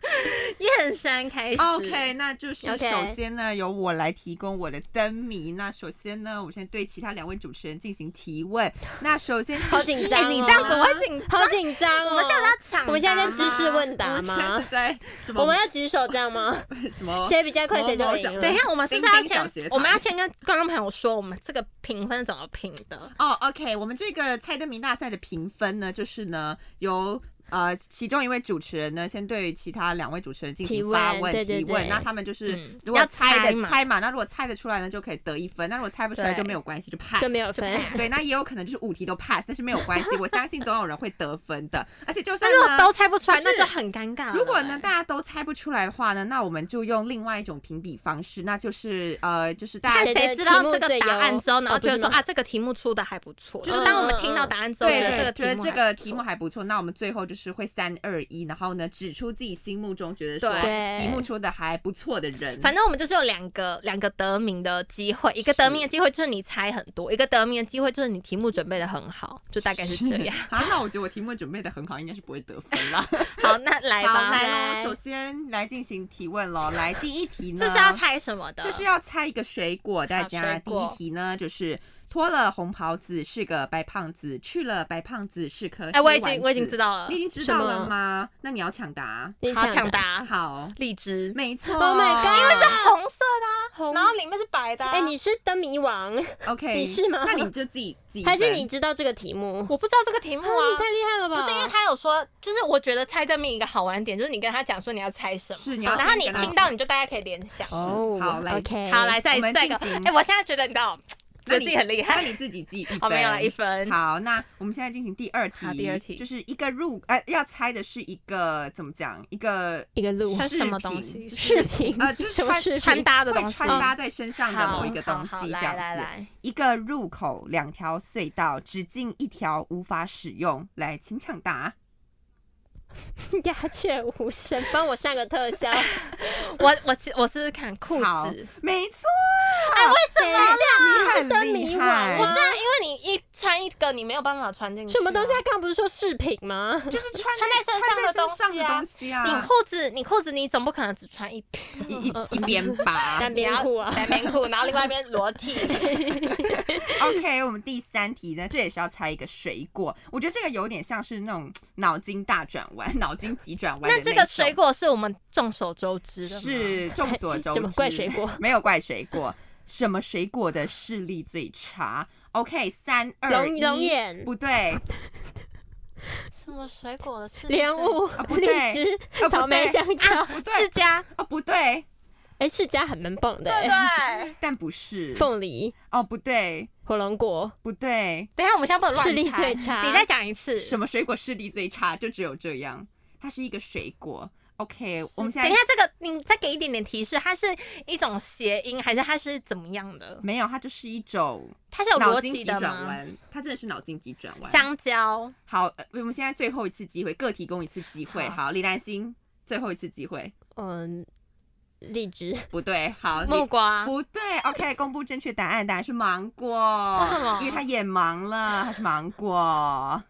S1: 燕山开始。
S2: OK，那就是
S3: OK
S2: 首先呢，由我来提供我的灯谜。那首先呢，我先对其他两位主持人进行提问。那首先，
S3: 好紧张哦
S1: 哎，你这样子我会紧张。
S3: 好紧张哦，
S1: 我们现在要抢答吗，
S3: 我们现在在知识问答
S2: 我们现
S3: 吗
S2: 在？在什么？
S3: 我们要举手这样吗？
S2: 什么？
S3: 谁比较快谁就
S2: 某某
S3: 赢
S2: 小
S3: 了。
S1: 等一下，我们是不是要
S2: 丁丁小
S1: 先
S2: 学？堂
S1: 我们要先跟观众朋友说，我们这个评分是怎么评的？
S2: 哦、o k 我们这个猜灯谜大赛的评分呢，就是呢由呃其中一位主持人呢先对其他两位主持人进
S3: 提
S2: 行
S3: 问
S2: 发问
S3: 对对
S2: 提问，
S3: 对
S2: 那他们就是、
S1: 嗯
S2: 如果
S1: 要
S2: 猜
S1: 猜
S2: 的
S1: 嘛
S2: 猜嘛，那如果猜得出来呢就可以得一分，那如果猜不出来
S1: 对
S2: 就没有关系，就 pass
S3: 就没有分。
S2: 对，那也有可能就是五题都 pass，但是没有关系，我相信总有人会得分的。 而且就算
S1: 那
S3: 哎
S1: 如果
S2: 呢
S1: 都猜不出来，
S2: 不是
S1: 那就很尴尬了。
S2: 如果呢，大家都猜不出来的话呢，那我们就用另外一种评比方式，那就是呃，就是大
S1: 看
S2: 家
S3: 谁
S1: 谁知道这个答案之后，
S3: 谁的题目最优
S1: 然后觉得说
S3: 哦不是吗
S1: 啊，这个题目出的还不错。就是
S3: 嗯
S1: 当我们听到答案之后，
S2: 对
S1: 觉得这
S2: 对，
S1: 个题目
S2: 觉得这
S1: 还
S2: 个题目还不错。那我们最后就是会三二一，然后呢，指出自己心目中觉得说
S3: 对
S2: 题目出的还不错的人。
S1: 反正我们就是有两个两个得名的机会，一个得名的机会就是你猜很多，一个得名的机会就是你题目准备的很好，就大概是这样。
S2: 啊，那我觉得我题目准备的很好，应该是不会得分啦。
S1: 好，那 来
S2: 好，
S1: 吧，
S2: 来
S3: 来
S2: 喽，首先来进行提问喽。来，第一题呢，
S1: 这是要猜什么的？
S2: 就是要猜一个水果，大家
S1: 水
S2: 第一
S1: 果
S2: 题呢就是脱了红袍子是个白胖子，去了白胖子是颗
S1: 哎，我已
S2: 黑丸
S1: 经我已经
S2: 子
S1: 知道了
S2: 你已，经知
S3: 什
S2: 道
S3: 么
S2: 了吗？那你要抢答。
S3: 你
S1: 好
S3: 抢
S1: 抢答，
S2: 好，
S1: 荔枝，
S2: 没啊错。
S3: Oh my god！因为是
S1: 红色的啊
S3: 红
S1: 然后里面是白的。啊
S3: 哎，你是灯谜 王，
S2: OK，
S3: 你是吗
S2: 那你就自己记，
S3: 还是你知道这个题目？
S1: 我不知道这个题目
S3: 哇，你
S1: 啊
S3: 太。厉害了吧！
S1: 不
S2: 嗯
S1: 是因为他有说，就是我觉得猜灯谜一个好玩点，就是你跟他讲说你要猜什么，
S2: 是你要
S1: 然后
S2: 先
S1: 你
S2: 跟他
S1: 听到你就大家可以联想。
S3: 哦，
S2: 好来
S3: OK，
S1: 好，来再
S2: 我们
S1: 再一个，
S2: 进行
S1: 哎，我现在觉得你知道，觉
S2: 那
S1: 得
S2: 你
S1: 自己很厉
S2: 那
S1: 害。
S2: 你自己 记一分。
S1: 好，哦没有了，一分。
S2: 好，那我们现在进行第二题。
S1: 好第二题
S2: 就是一个入，呃，要猜的是一个怎么讲？一个
S3: 一个路
S1: 它
S2: 饰
S1: 是什啊么
S2: 品
S1: 东西
S2: 就是
S3: 视频
S2: 呃，就是
S3: 什么
S2: 穿
S3: 视频
S1: 穿搭的东
S2: 会
S1: 西，
S2: 穿搭在身上的某一个东西
S1: 好好好
S2: 这
S1: 来来
S2: 样子。
S1: 来，
S2: 一个入口，两条隧道，只进一条，无法使用。来，请抢答。
S3: 鸦雀无声，帮我上个 特效。
S1: 我我是我试试看裤
S2: 好
S1: 子，，哎
S2: 没错。
S3: 什么？啊
S2: 你
S3: 是灯
S2: 很
S3: 谜
S2: 厉
S3: 王
S2: 害，
S1: 不是啊，因为你一穿一个，你没有办法穿进去啊。
S3: 什么东西啊？刚刚不是说视频吗？
S2: 就是穿
S1: 穿在身上的
S2: 穿在身上
S1: 东西啊
S2: 东西啊，
S1: 你裤子，你裤子，你总不可能只穿一边
S2: 一一一边 拔
S3: 单。边裤啊，
S1: 白棉裤，然后另外一边裸 体。
S2: OK，我们第三题呢，这也是要猜一个水果。我觉得这个有点像是那种脑筋大转弯、脑筋急转弯的
S1: 那
S2: 那种。
S1: 这个水果是我们众所周知的吗，
S2: 是众所周知，
S3: 怎么怪水果？
S2: 没有怪水果，什么水果的视力最差？OK，三二
S3: 龙
S2: 一，
S3: 龙眼
S2: 不对，
S1: 什么水果的是
S3: 莲雾
S2: 啊、不
S3: 荔
S2: 对
S3: 枝
S2: 啊、不
S3: 草莓、
S2: 对
S3: 香蕉。
S2: 不对
S1: 世家，
S2: 哦，不对，
S3: 哎，世家还蛮棒的
S1: 对不
S3: 欸，
S1: 对？
S2: 但不是
S3: 凤梨、
S2: 哦，不对，
S3: 火龙果。
S2: 不对，
S1: 等一下，我们现在不能乱
S3: 视力
S1: 猜
S3: 最差
S1: 你再讲一次。
S2: 什么水果视力最差？就只有这样，它是一个水果。OK，我们现
S1: 等
S2: 在
S1: 一下，这个你再给一点点提示，它是一种谐音，还是它是怎么样的？
S2: 没有，它就是一种
S1: 它是有
S2: 脑
S1: 逻
S2: 筋
S1: 辑
S2: 急
S1: 的
S2: 转
S1: 吗？
S2: 弯，它真的是脑筋急转弯。
S1: 香蕉，
S2: 好，呃我们现在最后一次机会，各提供一次机会。
S1: 好
S2: 好，李兰心，最后一次机会，
S3: 嗯，荔 枝，
S2: 不对，好，
S1: 木
S2: 李
S1: 瓜，
S2: 不对，OK，公布正确答案，答案是芒果。
S1: 为什么
S2: 因为他眼盲了，他是芒果。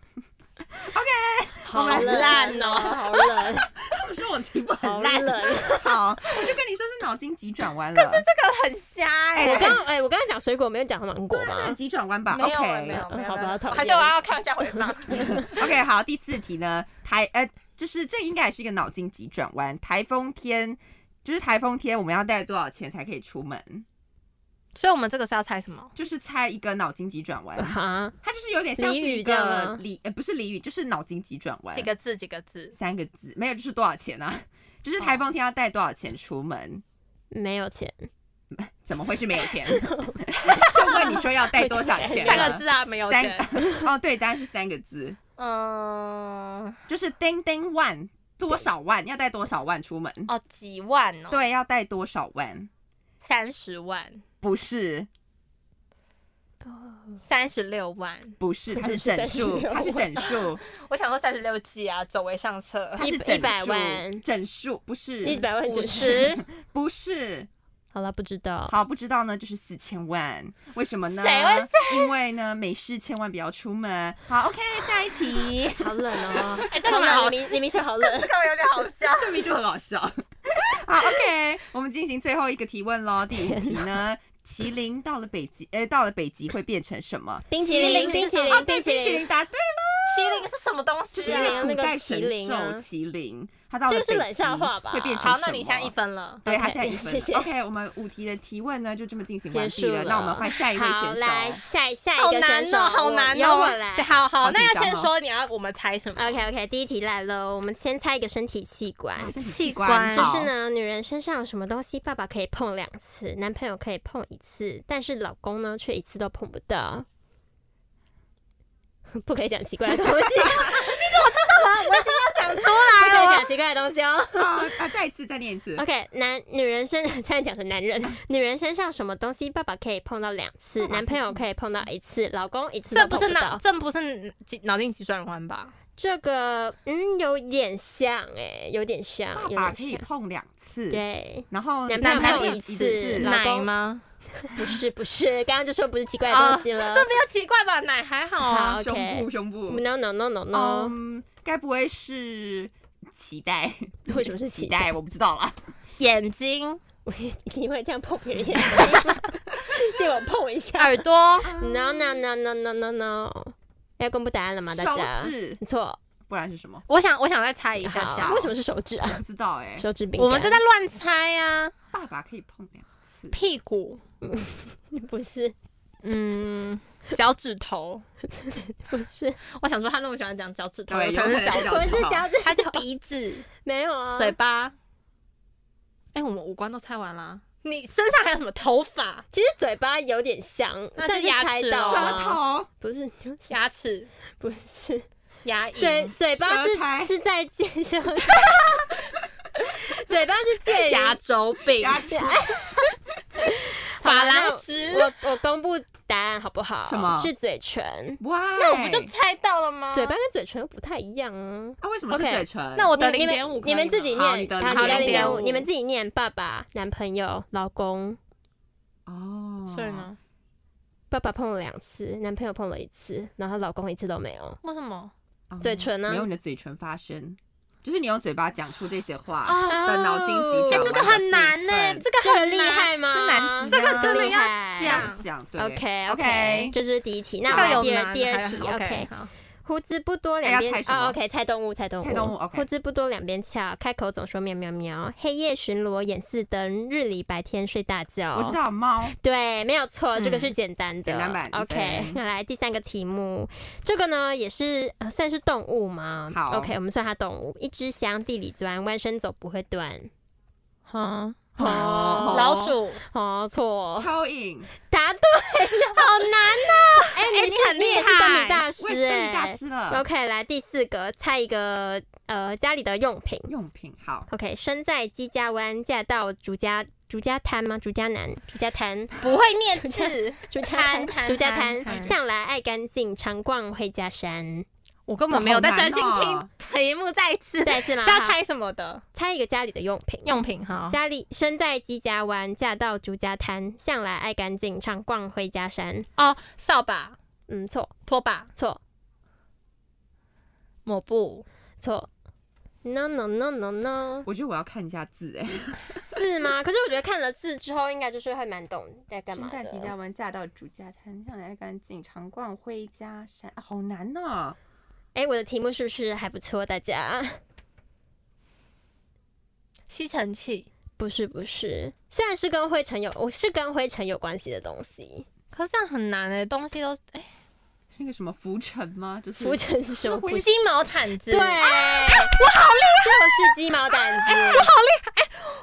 S3: 好
S1: 们
S3: 冷
S1: 烂哦
S3: 好冷，
S2: 他们说我题目
S3: 好
S2: 很 烂，
S3: 冷。
S2: 好，我就跟你说是脑筋急转弯了。可是
S1: 这个很瞎哎
S3: 我刚刚哎，我刚刚讲水果，没有讲芒果
S2: 这
S3: 吗
S2: 很？急转弯吧
S1: 没有哎没
S2: ？OK
S1: 有没有，
S3: 嗯好吧
S1: 没有
S3: 讨厌
S1: 还是我要看一下回 放。
S2: OK，好，第四题呢，台呃，就是这应该也是一个脑筋急转弯。台风天，就是台风天，我们要带多少钱才可以出门？
S1: 所以我们这个是要猜什么？
S2: 就是猜一个脑筋急转 弯，
S3: 哈，
S2: 它就是有点像是
S3: 俚语
S2: 一
S3: 这样吗
S2: 个俚，呃，不是俚语，就是脑筋急转弯。
S1: 几个字？几个字？
S2: 三个字，没有就是多少钱啊？就是台
S3: 哦
S2: 风天要带多少钱出门？
S3: 没有钱，
S2: 怎么会是没有 钱？就问你说要带多少钱？
S1: 三个字，啊，没有
S2: 三
S1: 钱。
S2: 哦，对，答案是三个字，
S1: 嗯，
S2: 就是叮叮 one 多少万？要带多少万出门？
S1: 哦，几万哦，，
S2: 对，要带多少万？
S1: 三十万，
S2: 不是，
S1: 三十六万，
S2: 不是，它是
S3: 三
S2: 整
S3: 十六
S2: 数，它是整数，
S1: 我想说三十六计啊，走为上策
S2: 它
S3: 一
S2: 是
S3: 百
S2: 整
S3: 一百
S2: 数
S3: 万
S2: 整数不是
S3: 一百万
S1: 五
S3: 整
S1: 十，
S2: 不是，
S3: 好了，不知道。
S2: 好，不知道呢，就是四千万，为什么呢？
S1: 谁会
S2: 因为呢，没事千万不要出门。好，OK，下一 题，
S3: 好冷哦！哎，这
S1: 好
S3: 个
S1: 冷
S3: 蛮好，你你明显好冷。
S1: 这个有点好笑。
S2: 这名就很好笑。好，OK，我们进行最后一个提问喽。第五题呢，麒麟到了北极，呃，到了北极会变成什么？
S3: 冰淇淋，冰淇
S2: 哦，
S3: 淋，
S2: 对，冰
S3: 冰淇
S2: 淇
S3: 淋，
S2: 淋答对，
S1: 麒麟是什么东
S2: 就
S1: 西
S2: 是
S1: 啊
S2: 那？个
S3: 那
S2: 古
S3: 个
S2: 代
S3: 麒
S2: 神
S3: 麟
S2: 兽
S3: 啊
S2: 麒麟，它到了
S3: 这个是
S2: 北极
S3: 冷笑话吧
S2: 会变成
S1: 好，那你
S2: 什
S1: 现在
S2: 么
S1: 一分了。
S2: 对，他
S3: OK，
S2: 现在一分
S3: 谢谢
S2: 了。OK，我们五题的提问呢，就这么进行完
S3: 结
S2: 毕
S3: 束
S2: 了。那我们换下一位
S3: 好，
S2: 选
S3: 来
S2: 手。
S3: 下一下
S1: 好
S3: 一个选
S1: 难
S3: 手，
S1: 哦，好
S3: 我
S1: 难哦！
S3: 由我来
S1: 对。好好，
S2: 好
S1: 那
S2: 紧
S1: 要
S2: 张
S1: 先
S2: 哦
S1: 说你要我们猜什么
S3: OK OK，第一题来了，我们先猜一个身体器官
S2: 啊。身体
S5: 器
S2: 器
S5: 官
S3: 就
S5: 好
S3: 是呢，女人身上有什么东西，爸爸可以碰两次，男朋友可以碰一次，但是老公呢，却一次都碰不到。 不可以讲奇怪的东西，
S1: 讲出
S3: 不可以
S1: 来了。
S3: 讲奇怪的东西哦。
S2: 好啊啊！再一次，再念一次。
S3: OK，男女人身 现在讲成男人，女人身上什么东西，爸爸可以碰到两次，男朋友可以碰到一次，老公一次
S1: 这
S3: 都
S1: 不
S3: 碰
S1: 是
S3: 到
S1: 脑，。这不是脊脑筋急转弯吧？
S3: 这个嗯，有点像哎、有点像，
S2: 爸
S3: 有
S2: 爸
S3: 点
S2: 可以
S3: 像。
S2: 碰两次，
S3: 对，
S2: 然后
S3: 男
S1: 男朋
S2: 朋
S1: 友
S2: 友
S3: 一次
S2: 次
S3: 老
S1: 奶
S3: 公
S1: 吗？
S3: 不是不是，刚刚就说不是奇怪的东西了
S1: 哦这。比较奇怪吧？奶还好啊。
S3: 好
S2: 胸
S3: OK 哦
S2: 部，胸部。
S3: No no no no no，
S2: 嗯，该不会是脐带？
S3: 为什么是
S2: 脐
S3: 脐
S2: 带？
S3: 带
S2: 我不知道啦。
S1: 眼睛、
S3: 你会这样碰别 人眼睛吗？借我碰一下。
S2: 啊
S5: 耳朵
S3: No no no no no no no，要公布答案了吗？大
S2: 手
S3: 家？
S2: 指，
S3: 没错，
S2: 不然是什么？
S1: 我想，我想再猜一下下
S3: 好。为什么是手指
S2: 我
S3: 啊？
S2: 不知道哎。
S3: 手指饼干。
S1: 我们这在乱猜呀。
S2: 爸爸可以碰两次，
S1: 屁股，
S3: 不是
S1: 嗯，脚趾头。
S3: 不是，
S1: 我想说他那么喜欢讲脚趾头，
S2: 对，
S1: 有可能是脚
S2: 有
S1: 趾
S2: 脚
S3: 我是
S2: 趾头
S3: 脚趾，
S1: 还是鼻子、
S3: 没有啊？
S1: 嘴巴。哎，我们五官都猜完啦。你身上还有什么头发、
S3: 其实嘴巴有点像，
S1: 那
S3: 算
S1: 就是牙
S3: 猜
S1: 齿
S3: 到
S1: 了
S3: 啊
S2: 舌头。
S3: 不是牛齿，
S1: 牙嗯齿、
S3: 不是
S1: 牙龈？
S3: 嘴嘴巴
S2: 舌苔
S3: 是是在介绍， 嘴巴是介于
S1: 牙周病、
S2: 牙齿
S3: 哎
S1: 珐琅质。
S3: 我我公布答案好不好？
S2: 什么
S3: 是嘴唇，
S2: 哇，
S1: 那我不就猜到了吗？
S3: 嘴巴跟嘴唇又不太一样啊。
S2: 啊啊？为什么是
S3: OK，
S2: 嘴唇？
S1: 那我得
S3: 你
S1: 零
S3: 你
S1: 点五，
S3: 们你们自己
S2: 好
S3: 念
S2: 你，得
S3: 好
S2: 0.5
S3: 零点五，
S1: 0.5
S3: 你们自己念爸爸、男朋友、老公。
S2: 哦，
S1: 所以？呢？
S3: 爸爸碰了两次，男朋友碰了一次，然后老公一次都没有。
S1: 为什么？
S3: 嘴唇呢
S2: 嗯没有你的嘴唇发声，就是你用嘴巴讲出这些话
S3: 哦
S1: 啊
S2: 的脑筋急
S1: 哎，
S2: 转弯的部分。
S1: 这个很难呢，这个
S3: 这个
S1: 很
S3: 厉
S1: 难
S3: 害吗？
S2: 这难题啊
S1: 这个真的
S3: 厉
S1: 要
S3: 害
S2: 要
S1: 想
S2: 想对
S3: OK
S2: OK，
S3: 这是第一题。
S1: 这
S3: 那
S1: 个有
S3: 我们第
S1: 难
S3: 二第二题
S1: 还
S3: OK，
S1: 好
S3: 胡子不多两
S2: 哎
S3: 边
S2: 要猜什么
S3: 哦，OK，猜动物，猜动物，
S2: 猜动物，OK
S3: 胡子不多两边翘，开口总说喵喵喵，黑夜巡逻眼似灯，日里白天睡大觉。
S2: 我知，道猫
S3: 对，没有错，
S1: 嗯
S3: 这个是简单的，
S2: 简单版
S3: OK，
S2: 对
S3: 那来第三个题目，这个呢也是、呃算是动物吗？
S2: 好
S3: ，OK，我们算它动物。一只香，地里钻，弯身走不会 断。
S1: 哈，
S3: 哦
S1: 老，鼠，
S3: 哦，错，
S2: 蚯蚓，
S3: 答对，
S1: 好难哦！哎
S3: 哎
S1: 你
S3: 你
S1: 很
S3: 你也
S1: 厉
S3: 是灯谜
S1: 害，
S3: 大师、
S2: 我
S3: 哎，
S2: 也是被你大师了。
S3: OK，来第四个，猜一个呃家里的用品。
S2: 用品好，
S3: OK，身在姬家湾，嫁到竹家竹家滩吗？竹家南、竹家滩、
S1: 不会念字，
S3: 竹家
S1: 滩
S3: 滩、
S1: 滩
S3: 竹家
S1: 滩
S3: 滩，
S1: 滩
S3: 向来爱干净，常逛会家山。
S1: 我根本没有在专心
S2: 哇好难
S1: 听
S2: 哦
S1: 题目，再一次，
S3: 再一次吗？
S1: 是要
S3: 好
S1: 猜什么的
S3: 猜一个家里的用品。
S1: 用品哈？
S3: 家里身在姬家湾，嫁到竹家滩，向来爱干净，常逛会家山。
S1: 哦，扫把、
S3: 嗯，错
S1: 拖把、
S3: 错
S1: 抹布，
S3: 错。No no no no no，
S2: 我觉得我要看一下字哎。
S3: 字吗？可是我觉得看了字之后，应该就是会蛮懂在干嘛
S2: 身在
S3: 的。
S2: 齐家湾，嫁到主家滩，向来干净，常逛灰家山。啊好难呐！
S3: 哎、我的题目是不是还不错？大家
S1: 吸尘器。
S3: 不是不是，虽然是跟灰尘有，我是跟灰尘有关系的东西。
S1: 可是这样很难哎，东西都哎，
S2: 是那个什么浮尘吗？就是
S3: 浮尘是什么？不是
S1: 鸡毛毯子，
S3: 对，我好厉害，就是鸡毛掸子。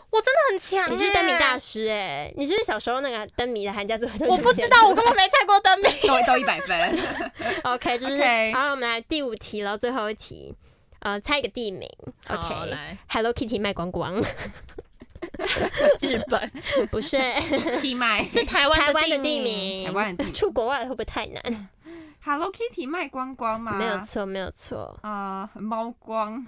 S1: 我真的很强，欸
S3: 你是灯谜大
S1: 师。
S3: 师哎，你是不是小时候那个灯谜的寒假作业都
S1: 我
S3: 是
S1: 不
S3: 这
S1: 知
S3: 样
S1: 道，我根本没猜过 灯谜。
S2: 都都一百分。
S3: OK，就是
S2: OK
S3: 好，我们来第五题了，最后一题。呃，猜一个地名
S4: 好
S3: ，OK。
S4: 来
S3: Hello Kitty 卖光光，
S4: 日 本
S3: 不是
S2: T 麦
S4: 是台湾
S3: 台湾的地
S4: 地名，
S3: 名，
S2: 台湾的地名
S3: 出国外会不会太难？
S2: Hello Kitty 卖光光吗？
S3: 没有错，没有错，
S2: 啊，猫光，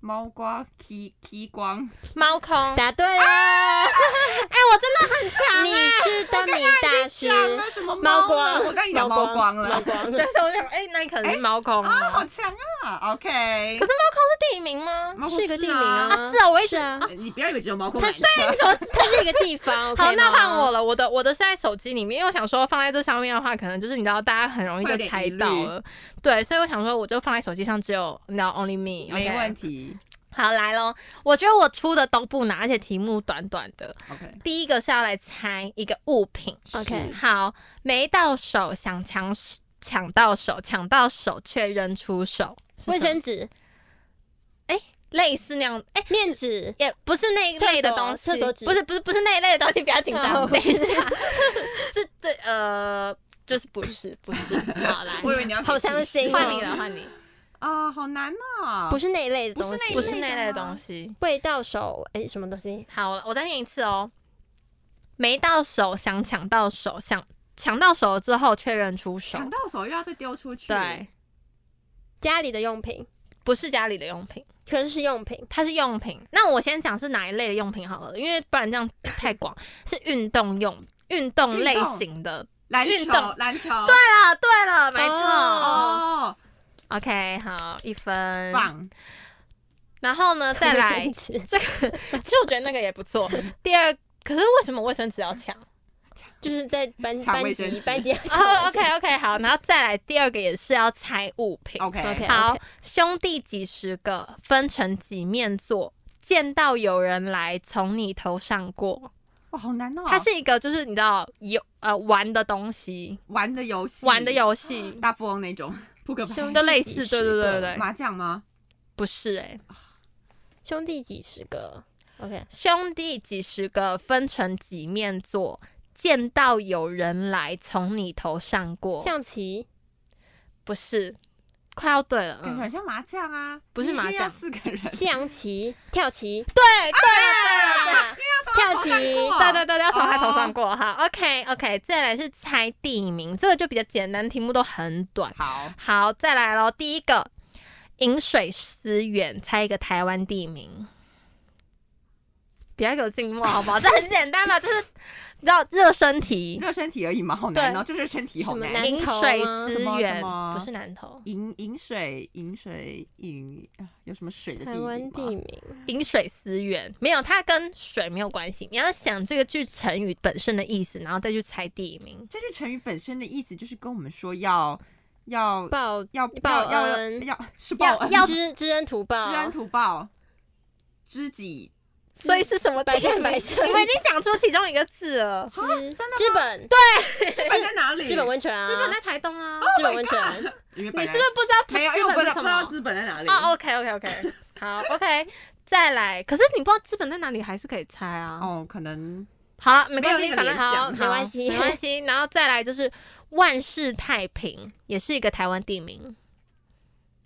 S2: 猫光 K K 光，
S4: 猫空
S3: 答对
S2: 啊
S3: 了。
S4: 哎、我真的很强
S3: 你是灯谜大师，
S2: 讲啊了什么
S3: 猫
S2: 猫
S3: 光
S2: 呢？我刚你讲猫光了
S3: 猫，光
S1: 但是我想，哎、那你可能是猫空、
S2: 啊，好强啊！OK，
S1: 可是猫空是地名吗？
S2: 猫
S3: 是一个
S2: 公司
S3: 地名啊，
S1: 啊是啊我一直
S3: 是 啊，
S2: 你不要以为只有猫空
S3: 它
S2: 买
S3: 是
S2: 车，
S3: 它是一个地方。
S1: 好，
S3: OK
S1: 那
S3: 吗
S1: 换我。了。我的我的是在手机里面，因为我想说放在这上面的话，可能就是你知道大家很容易
S2: 会有
S1: 就
S2: 点
S1: 猜
S2: 疑虑
S1: 到了，对，所以我想说我就放在手机上，只有你知道 only me，
S2: 没问
S1: 题。
S2: 题。
S1: 好，来喽，我觉得我出的都不难，而且题目短短的。
S2: OK，
S1: 第一个是要来猜一个物品
S3: OK
S1: 好，没到手想抢抢到手，抢到手却扔出手，是
S3: 卫
S1: 什么
S3: 生纸、
S1: 类似那样，哎、
S3: 面纸，
S1: 也不是那一类的东西，
S3: 厕所厕所纸
S1: 不是不是不是那一类的东西，不要紧
S3: 哦
S1: 张，等一 下，是对呃，就是不是不 是，好来，
S2: 我以为你要
S3: 好伤心哦
S1: 换你了换你，
S2: 啊，好难啊！
S3: 不是那一类的东西，
S2: 不
S1: 不是
S2: 是那一类
S1: 那一类的
S2: 的啊
S1: 东西。
S3: 味道手，哎，什么东西？
S1: 好，我再念一次哦，没到手想抢到手，想抢到手之后确认出手
S2: 抢，到手又要再丢出去，
S1: 对，，
S3: 家里的用品，
S1: 不是家里的用品。
S3: 可是是用 品，
S1: 它是用品。那我先讲是哪一类的用品好了，因为不然这样太广。 是运动用、运动类型的。
S2: 篮
S1: 运
S2: 球
S1: 动，
S2: 篮球，
S1: 对
S2: 对
S1: 了，对了，没错。
S2: 哦，
S1: OK，好，一分。
S2: 棒，
S1: 然后呢，再
S3: 卫
S1: 来
S3: 生，纸
S1: 这个其实我觉得那个也不错。第二，可是为什么卫生纸要 抢？
S3: 就是在班
S2: 抢
S3: 班
S2: 卫生
S3: 级
S2: 纸
S3: 班 级要抢卫
S1: 哦
S3: 生纸。
S1: ，OK OK，好，然后再来第二个也是要猜物品。
S2: OK
S3: OK
S1: 好，兄弟几十个，分成几面坐。见到有人来，从你头上过。
S2: 哇，好难哦！
S1: 它是一个就是你知道有呃玩的东西，
S2: 玩的游戏，哦
S1: 玩的游戏
S2: 大富翁那种扑克
S3: 兄
S2: 牌
S1: 都类似，
S3: 几
S1: 对
S3: 十
S1: 对对对对，
S2: 麻将吗？
S1: 不是哎、
S3: 兄弟几十个，OK，
S1: 兄弟几十个分成几面坐，见到有人来从你头上过，
S3: 象 棋，
S1: 不是，快要对了，
S2: 感觉
S1: 嗯
S2: 很，像麻将啊，
S1: 不是
S2: 因为
S1: 麻将
S2: 要四个人，
S3: 西洋棋，跳棋，
S1: 对对了对
S2: 啊
S1: 了。
S3: 跳棋，
S1: 对对对，要从他头上过
S2: 哦
S1: 哈。OK OK，再来是猜地名，这个就比较简单，题目都很短。
S2: 好，
S1: 好，再来喽，第一个饮水思源，猜一个台湾地名。不要给我静默好 不好？这很简单嘛，就是你知道热身题，
S2: 热身体而已嘛，好难哦，这热身体好
S3: 什么难
S2: 难。
S1: 饮水思
S2: 什么什
S1: 源
S2: 么
S1: 不是南投，
S2: 饮饮水，饮水，饮啊有什么水的地
S3: 台
S2: 名吗
S3: 湾地名，
S1: 饮水思源没有，它跟水没有关系。你要想这个句成语本身的意思，然后再去猜地名。
S2: 这句成语本身的意思就是跟我们说要要
S3: 报
S2: 要
S3: 报
S2: 要要
S3: 恩
S2: 要是报恩，
S3: 知知恩图报，
S2: 知恩图报，知 己
S1: 所以是什么地
S3: 百
S1: 名？
S3: 战百胜
S1: 你们已经讲出其中一个字了。
S3: 知知本，
S2: 是本在哪里？
S3: 知本温泉啊，
S1: 资本在台东啊，
S3: 知本温泉，
S2: 因为本
S1: 你是
S2: 来
S1: 不是不知道
S2: 没有？因为我
S1: 资
S2: 不知
S1: 本是
S2: 道不
S1: 什
S2: 知道
S1: 么？
S2: 资本在哪里。
S1: 哦，OK OK OK，好，OK，再来。可是你不知道资本在哪里，还是可以猜啊。
S2: 哦，可能
S1: 好了，没关
S2: 没
S1: 系，
S2: 有那个
S1: 可能
S2: 联想
S1: 好，
S3: 没关系
S1: 好没关系。然后再来就是万事太平，也是一个台湾地名，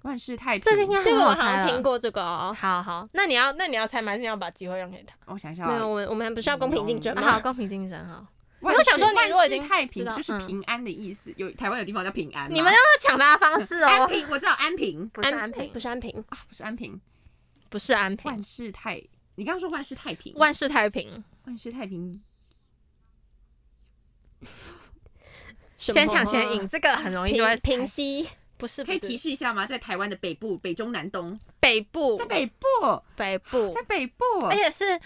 S2: 万事太平。
S1: 这个应该
S3: 这个我
S1: 很
S3: 好
S1: 猜
S3: 像
S1: 了
S3: 听。过这个哦。
S1: 好好，那你要那你要猜吗？还是你要把机会让给他？
S2: 我想一下
S3: 没有，
S2: 哦，
S3: 我们我们不是要公平竞争
S1: 啊
S3: 吗
S1: 好，？公平竞争哈。
S2: 万
S1: 因为我想
S2: 事
S1: 说你
S2: 万
S1: 如果已
S2: 事
S1: 经
S2: 太
S1: 知
S2: 平
S1: 道
S2: 就是
S1: 嗯
S2: 平安的意思，有台湾有地方叫平安吗，
S1: 你们要抢答方式
S2: 安
S1: 哦，
S2: 平，我知道安平
S1: 不是安平
S3: 不，是安平，
S2: 啊，不是安平，
S1: 不是安
S2: 万
S1: 平，
S2: 事太，你刚刚说万事太平，
S1: 万事太平。
S2: 万事太平，
S1: 先抢先赢，，这个很容易就会猜
S3: 平平息，
S1: 不是
S2: 可
S1: 不
S2: 以
S1: 是
S2: 提示一下吗？在台湾的北部、北中南东，
S1: 北部
S2: 在北部，
S1: 北部
S2: 在，北部，
S1: 而
S2: 哎
S1: 且是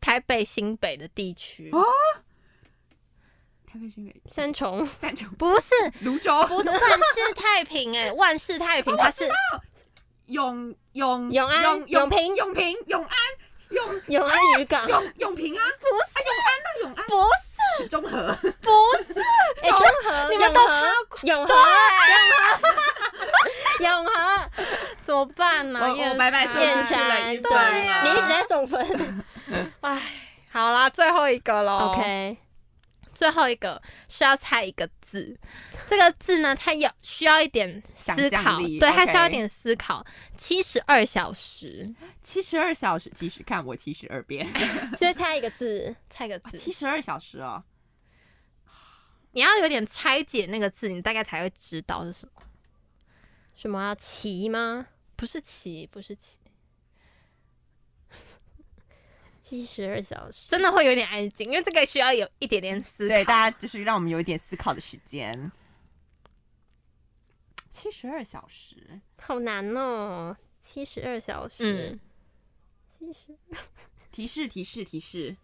S1: 台北新北的地区，
S2: 哦台北新北
S3: 三重
S2: 三重、
S1: 不是
S2: 泸州、
S1: 不是万事太平哎，万事太
S2: 哦
S1: 平，它是
S2: 永永
S3: 永安
S2: 永
S3: 永平
S2: 永平、永安、永
S3: 永安渔 港，
S2: 永永平啊， 不是永安啊，永安
S1: 不是
S2: 中和，
S1: 不是
S3: 哎，中和，
S1: 你们
S3: 永
S1: 都
S3: 和，永和，永和，永 和，
S1: 怎么办呢？
S2: 我
S1: 叶
S2: 我白白送
S1: 山
S2: 出去了
S3: 燕
S2: 一份
S3: 山
S1: 对啊
S3: 你一直
S2: 了，
S3: 在送分
S1: 好啦，最后一个喽
S3: ，OK，
S1: 最后一个是要猜一个字，这个字呢，它要需要一点思
S2: 想
S1: 考，
S2: 象力
S1: 对，它
S2: OK
S1: 需要一点思考。七十二小时，
S2: 七十二小时，继续看我七十二遍，
S3: 所以猜一个字，
S1: 猜个字，
S2: 啊七十二小时哦。
S1: 你要有点拆解那个字，你大概才会知道是什么。
S3: 什么啊？棋吗？
S1: 不是棋，不是棋，
S3: 七十二小时，
S1: 真的会有点安静，因为这个需要有一点点思
S2: 对，
S1: 考。
S2: 大家就是让我们有一点思考的时间。七十二小时，
S3: 好难哦！七十二小时
S1: 嗯，，
S3: 七十、
S2: 提示提示提示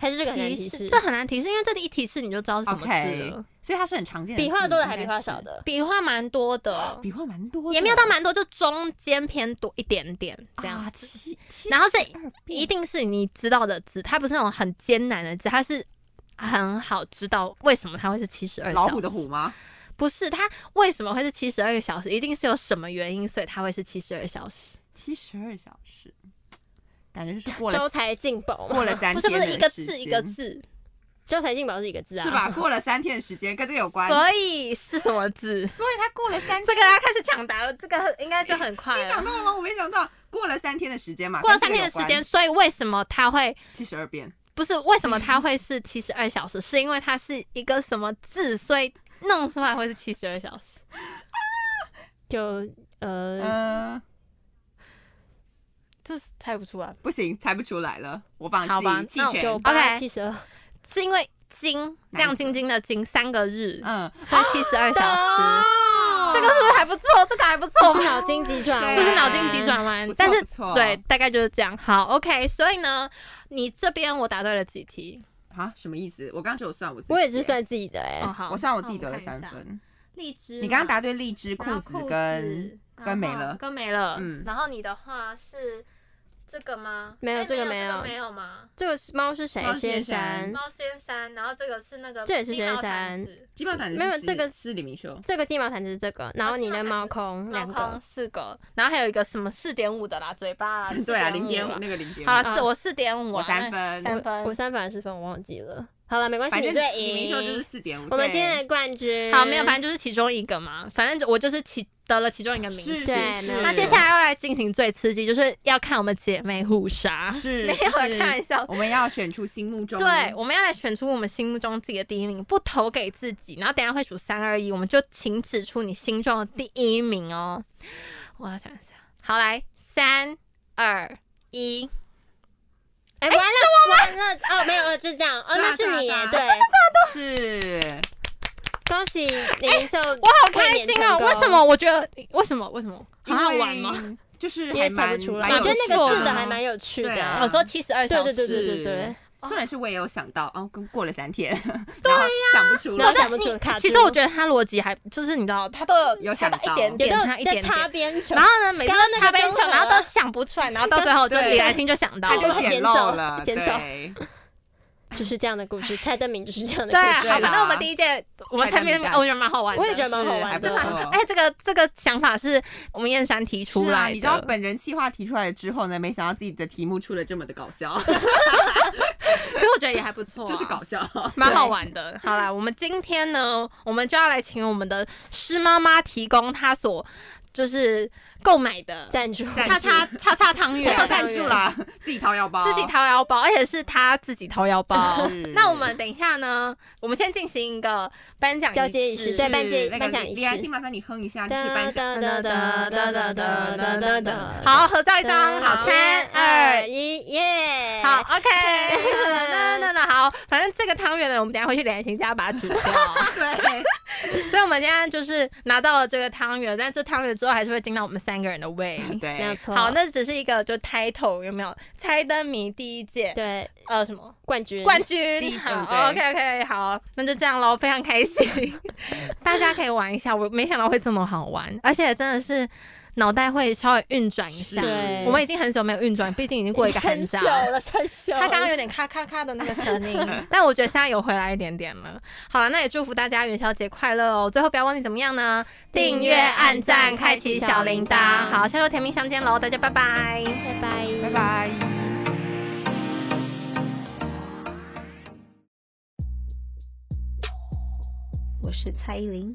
S3: 还是这个很难
S1: 提
S3: 提示
S1: 示，这很难提示，因为这一提示你就知道是什么字
S2: ，OK
S1: 了。。
S2: 所以它是很常见的字，
S3: 笔画多的还
S2: 应该
S3: 笔画
S2: 是
S3: 少，的？
S1: 笔画蛮多的，
S2: 笔画蛮多的，
S1: 也没有到蛮多，就中间偏多一点点这样。
S2: 啊七，七
S1: 然后是
S2: 72遍
S1: 一定是你知道的字，它不是那种很艰难的字，它是很好知道为什么它会是七十二
S2: 老虎的虎，吗？
S1: 不是它为什么会是七十二小时，一定是有什么原因，所以它会是七十二小时。
S2: 七十二小时，感觉就是过
S3: 招
S2: 了
S3: 财进宝吗
S2: 过了三
S1: 不是
S2: 天的
S1: 不是一个
S2: 时
S1: 字
S2: 间
S1: 一个字，
S3: 招财进宝是一个字啊，
S2: 是吧？？过了三天的时间跟这个有关，
S1: 所以是什么字？
S2: 所以他过了三
S1: 这个要开始抢答了，这个应该就很快
S2: 你想
S1: 了。
S2: 到了吗？我没想到，过了三天的时间嘛，
S1: 过了三天的时间，所以为什么它会
S2: 七十二遍，
S1: 不是为什么它会是七十二小时？是因为它是一个什么字，所以弄出来会是七十二小时。
S3: 就呃，
S2: 嗯、
S1: 这是猜不出来。
S2: 不行，猜不出来了，我放弃，
S1: 好吧
S2: 弃
S1: 那我
S2: 权，
S3: 九八
S1: OK
S3: 七 十二，
S1: 是因为金
S2: 哪一个
S1: 亮晶晶的金三个日，
S2: 嗯，
S1: 所以七十二小时。
S2: 哦
S1: 这个是不是还不错？这个还不错
S3: 这是脑筋急转
S2: 啊
S3: 弯，
S1: 这是脑筋急转弯
S2: 不，错
S1: 但是
S2: 不错
S1: 对，大概就是这样。好，OK，所以呢，你这边我答对了几题？
S2: 啊，什么意思？我刚刚只有算我自己，
S3: 我也是，算自己的哎、
S1: 哦，好，
S2: 我算我自己得了
S1: 那看
S2: 三
S1: 一下。
S2: 分，
S1: 荔枝嘛，
S2: 你刚刚答对荔枝、
S1: 然后
S2: 裤子跟
S1: 然后
S2: 跟没了
S1: 跟没了。
S2: 嗯
S1: 然后你的话是这个吗？
S3: 没有
S1: 哎
S3: 这个
S1: 没
S3: 没
S1: 这
S3: 有
S1: 个没有吗？
S3: 这个是猫是谁
S2: 猫？是
S3: 仙
S2: 仙山
S3: 山。
S1: 猫仙山，然后这个是那个
S3: 这也是
S1: 金毛
S3: 仙山
S1: 毯子
S2: 鸡毛掸子是
S3: 没有
S2: 是
S3: 这个
S2: 是李明秀，，
S3: 这个鸡毛掸子是这个，然后你的猫空
S1: 猫
S3: 两
S1: 空
S3: 个，
S1: 四个，然后还有一个什么四点五的啦，嘴巴啦
S2: 对啊，
S1: 4.5
S2: 零点
S1: 啦
S2: 五那个零点五，
S1: 好了，
S3: 啊
S1: 四我四点五，
S2: 我三分，
S1: 三分
S3: 我三分还是分，我忘记了。好了，没关系，
S2: 反
S3: 你
S2: 正
S3: 最
S2: 李明秀就是
S3: 赢。
S2: 四点五，
S3: 我们
S2: 对
S3: 今天的冠军，
S1: 好，没有，反正就是其中一个嘛，反正就我就是其得了其中一个名
S2: 是
S1: 字。
S2: 是
S3: 对没
S2: 是，
S3: 有
S1: 那接下来要来进行最刺激，就是要看我们姐妹互杀。
S2: 是
S1: 没有开
S2: 是
S1: 玩笑。
S2: 我们要选出心目中
S1: 对，我们要来选出我们心目中自己的第一名，不投给自己。然后等一下会数三二一，我们就请指出你心中的第一名哦。我要想一下，好来，三二一，
S3: 哎，完了，完了，哦，没有，哦，就这样，哦，
S2: 对啊
S3: 那是你耶，
S2: 对
S3: 对，
S2: 是
S3: 恭喜林秀，
S1: 我
S3: 我
S1: 好开心哦！为什么？我觉得为什么为什么很好玩吗？？
S2: 因为就是
S3: 你
S2: 还
S3: 也猜
S2: 蛮
S3: 不出来？
S2: 蛮有
S3: 我觉
S2: 趣
S3: 得那个字
S1: 的
S3: 的
S2: 啊
S3: 还蛮有趣
S2: 对
S3: 的
S2: 啊。
S1: 我说七十二
S3: 对
S1: 小
S3: 对
S1: 时，
S3: 对对对对，
S2: 重点是我也有想到，哦，跟过了三天，对呀，想不出
S3: 然
S2: 来
S3: 后。想不出，卡
S1: 其实
S3: 住
S1: 我觉得他逻辑还就是你知道，他都有
S2: 有
S1: 差
S2: 想
S1: 到
S2: 到
S1: 一点
S3: 也
S1: 点，他
S3: 都
S1: 一
S3: 在
S1: 点
S3: 擦
S1: 点。
S3: 边球，
S1: 然后呢，每次
S3: 刚刚
S1: 都
S3: 那
S1: 擦
S3: 个
S1: 边
S3: 中
S1: 球，
S3: 和
S1: 然后都想不出来，然后到最后就
S2: 对
S1: 李兰心就想到
S2: 他
S1: 了，
S2: 就捡漏了，
S3: 捡走
S2: 对，
S3: 就是这样的故事，猜灯谜就是这样的
S1: 对，
S3: 故事。
S1: 好，反
S2: 啦
S1: 正我们第一届我们
S2: 菜
S1: 猜
S2: 单
S1: 边
S2: 名，单
S1: 我觉得蛮好玩的。
S3: 我也觉得蛮好玩的
S2: 是还不错
S1: 哎、这个这个想法是我们燕山提出
S2: 是啊，
S1: 来
S2: 你知
S1: 的，
S2: 道本人计划提出来之后呢，没想到自己的题目出了这么的搞笑，
S1: 可是我觉得也还不错、啊
S2: 就是 搞。笑。
S1: 蛮好玩的。好啦，我们今天呢，我们就要来请我们的施妈妈提供她所就是购买的
S3: 赞助，
S1: 叉叉叉叉汤
S2: 不
S1: 圆，
S2: 要赞助啦， 自己掏腰包，嗯
S1: 自己掏腰包，而且是他自己掏腰包
S2: 是。
S1: 那我们等一下呢，我们先进行一个颁奖
S3: 交接
S1: 仪
S3: 仪
S1: 式。
S3: 式对颁
S2: 是
S3: 奖
S2: 那
S3: 颁
S2: 个
S3: 奖
S2: 李
S3: 仪
S2: 李安心，
S3: 式。
S2: 麻烦你哼一下，就是颁奖。
S1: 哒
S3: 哒
S1: 哒
S3: 哒哒
S1: 哒
S3: 哒
S1: 哒哒
S3: 哒
S1: 哒
S3: 哒
S1: 哒哒
S3: 哒哒。
S1: 好，合照一张，好，三二。
S3: 一，耶！
S1: 好，，OK，那 那那好，反正这个汤圆呢，我们等一下回去连晴家把它煮掉。
S2: 对，
S1: 所以我们今天就是拿到了这个汤圆，但这汤圆之后还是会进到我们三个人的胃。
S3: 没 有
S2: 对，
S3: 错。
S1: 好，那只是一个就 title 有没有？猜灯谜第一届，
S3: 对
S1: 呃，什么
S3: 冠军，
S1: 冠
S2: 第一
S1: 军？
S2: 届
S1: 好
S2: 对
S1: ，OK OK，好，那就这样喽，非常开心，大家可以玩一下，我没想到会这么好玩，而且真的是脑袋会稍微运转一下
S2: 是。
S3: 对，
S1: 我们已经很久没有运转，毕竟已经过一个寒假
S3: 生锈了，生锈了。
S1: 他刚刚有点咔咔咔的那个声音，但我觉得现在有回来一点点了。好了，那也祝福大家元宵节快乐哦！最后不要忘记怎么样呢？订阅、按赞、开启小铃铛。好，下周甜蜜相见喽，大家拜拜。
S3: 拜拜，
S2: 拜拜。
S6: 我是蔡依林。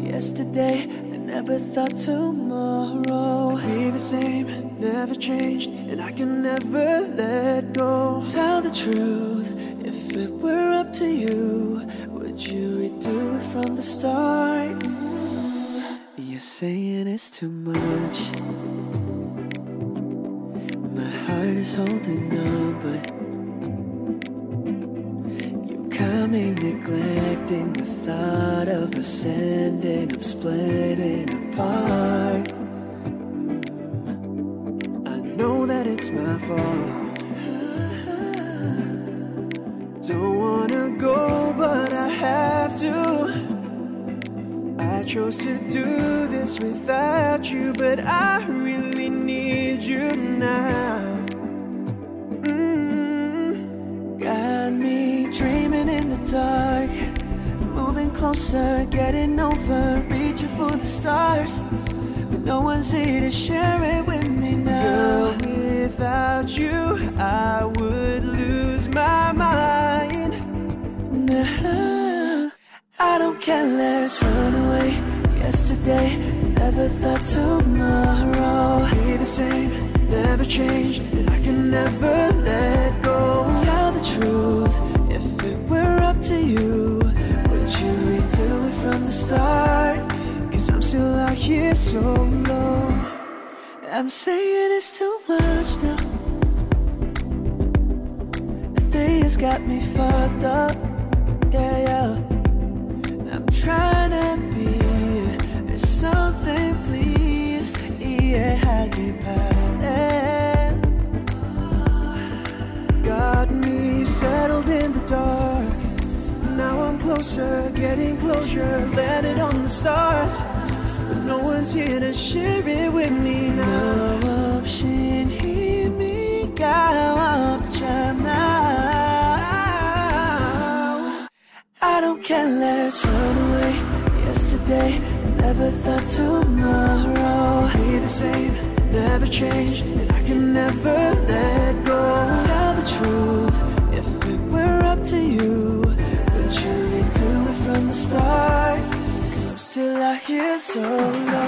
S7: Yesterday, I never thought tomorrow would be the same. Never changed, and I can never let go. Tell the truth, if it were up to you, would you redo it from the start? You're saying it's too much. My heart is holding on, but you got me neglecting the thought of us ending up splitting apart. Mm, I know that it's my fault. Don't wanna go, but I have to. I chose to do this without you, but I really need you now. Mm. Got me dreaming in the dark. Moving closer, getting over, reaching for the stars. But no one's here to share it with me now. Girl, without you, I would lose my mind. Nah, I don't care, let's run away. Yesterday, never thought tomorrow would be the same. Never changed, and I can never let go. Tell the truth, if it were up to you, would you redo it from the start? Cause I'm still out here solo. I'm saying it's too much now. Three years got me fucked up. Yeah, yeah. I'm trying to be something, please. Yeah, I get by it. Got me settled in the dark. Now I'm closer, getting closure, landed on the stars. But no one's here to share it with me now. No option, hear me, got option now. I don't care, let's run away. Yesterday, never thought tomorrow would be the same. Never changed, and I can never let go. Tell the truth, if it were up to you, would you redo it from the start? Cause I'm still out here solo.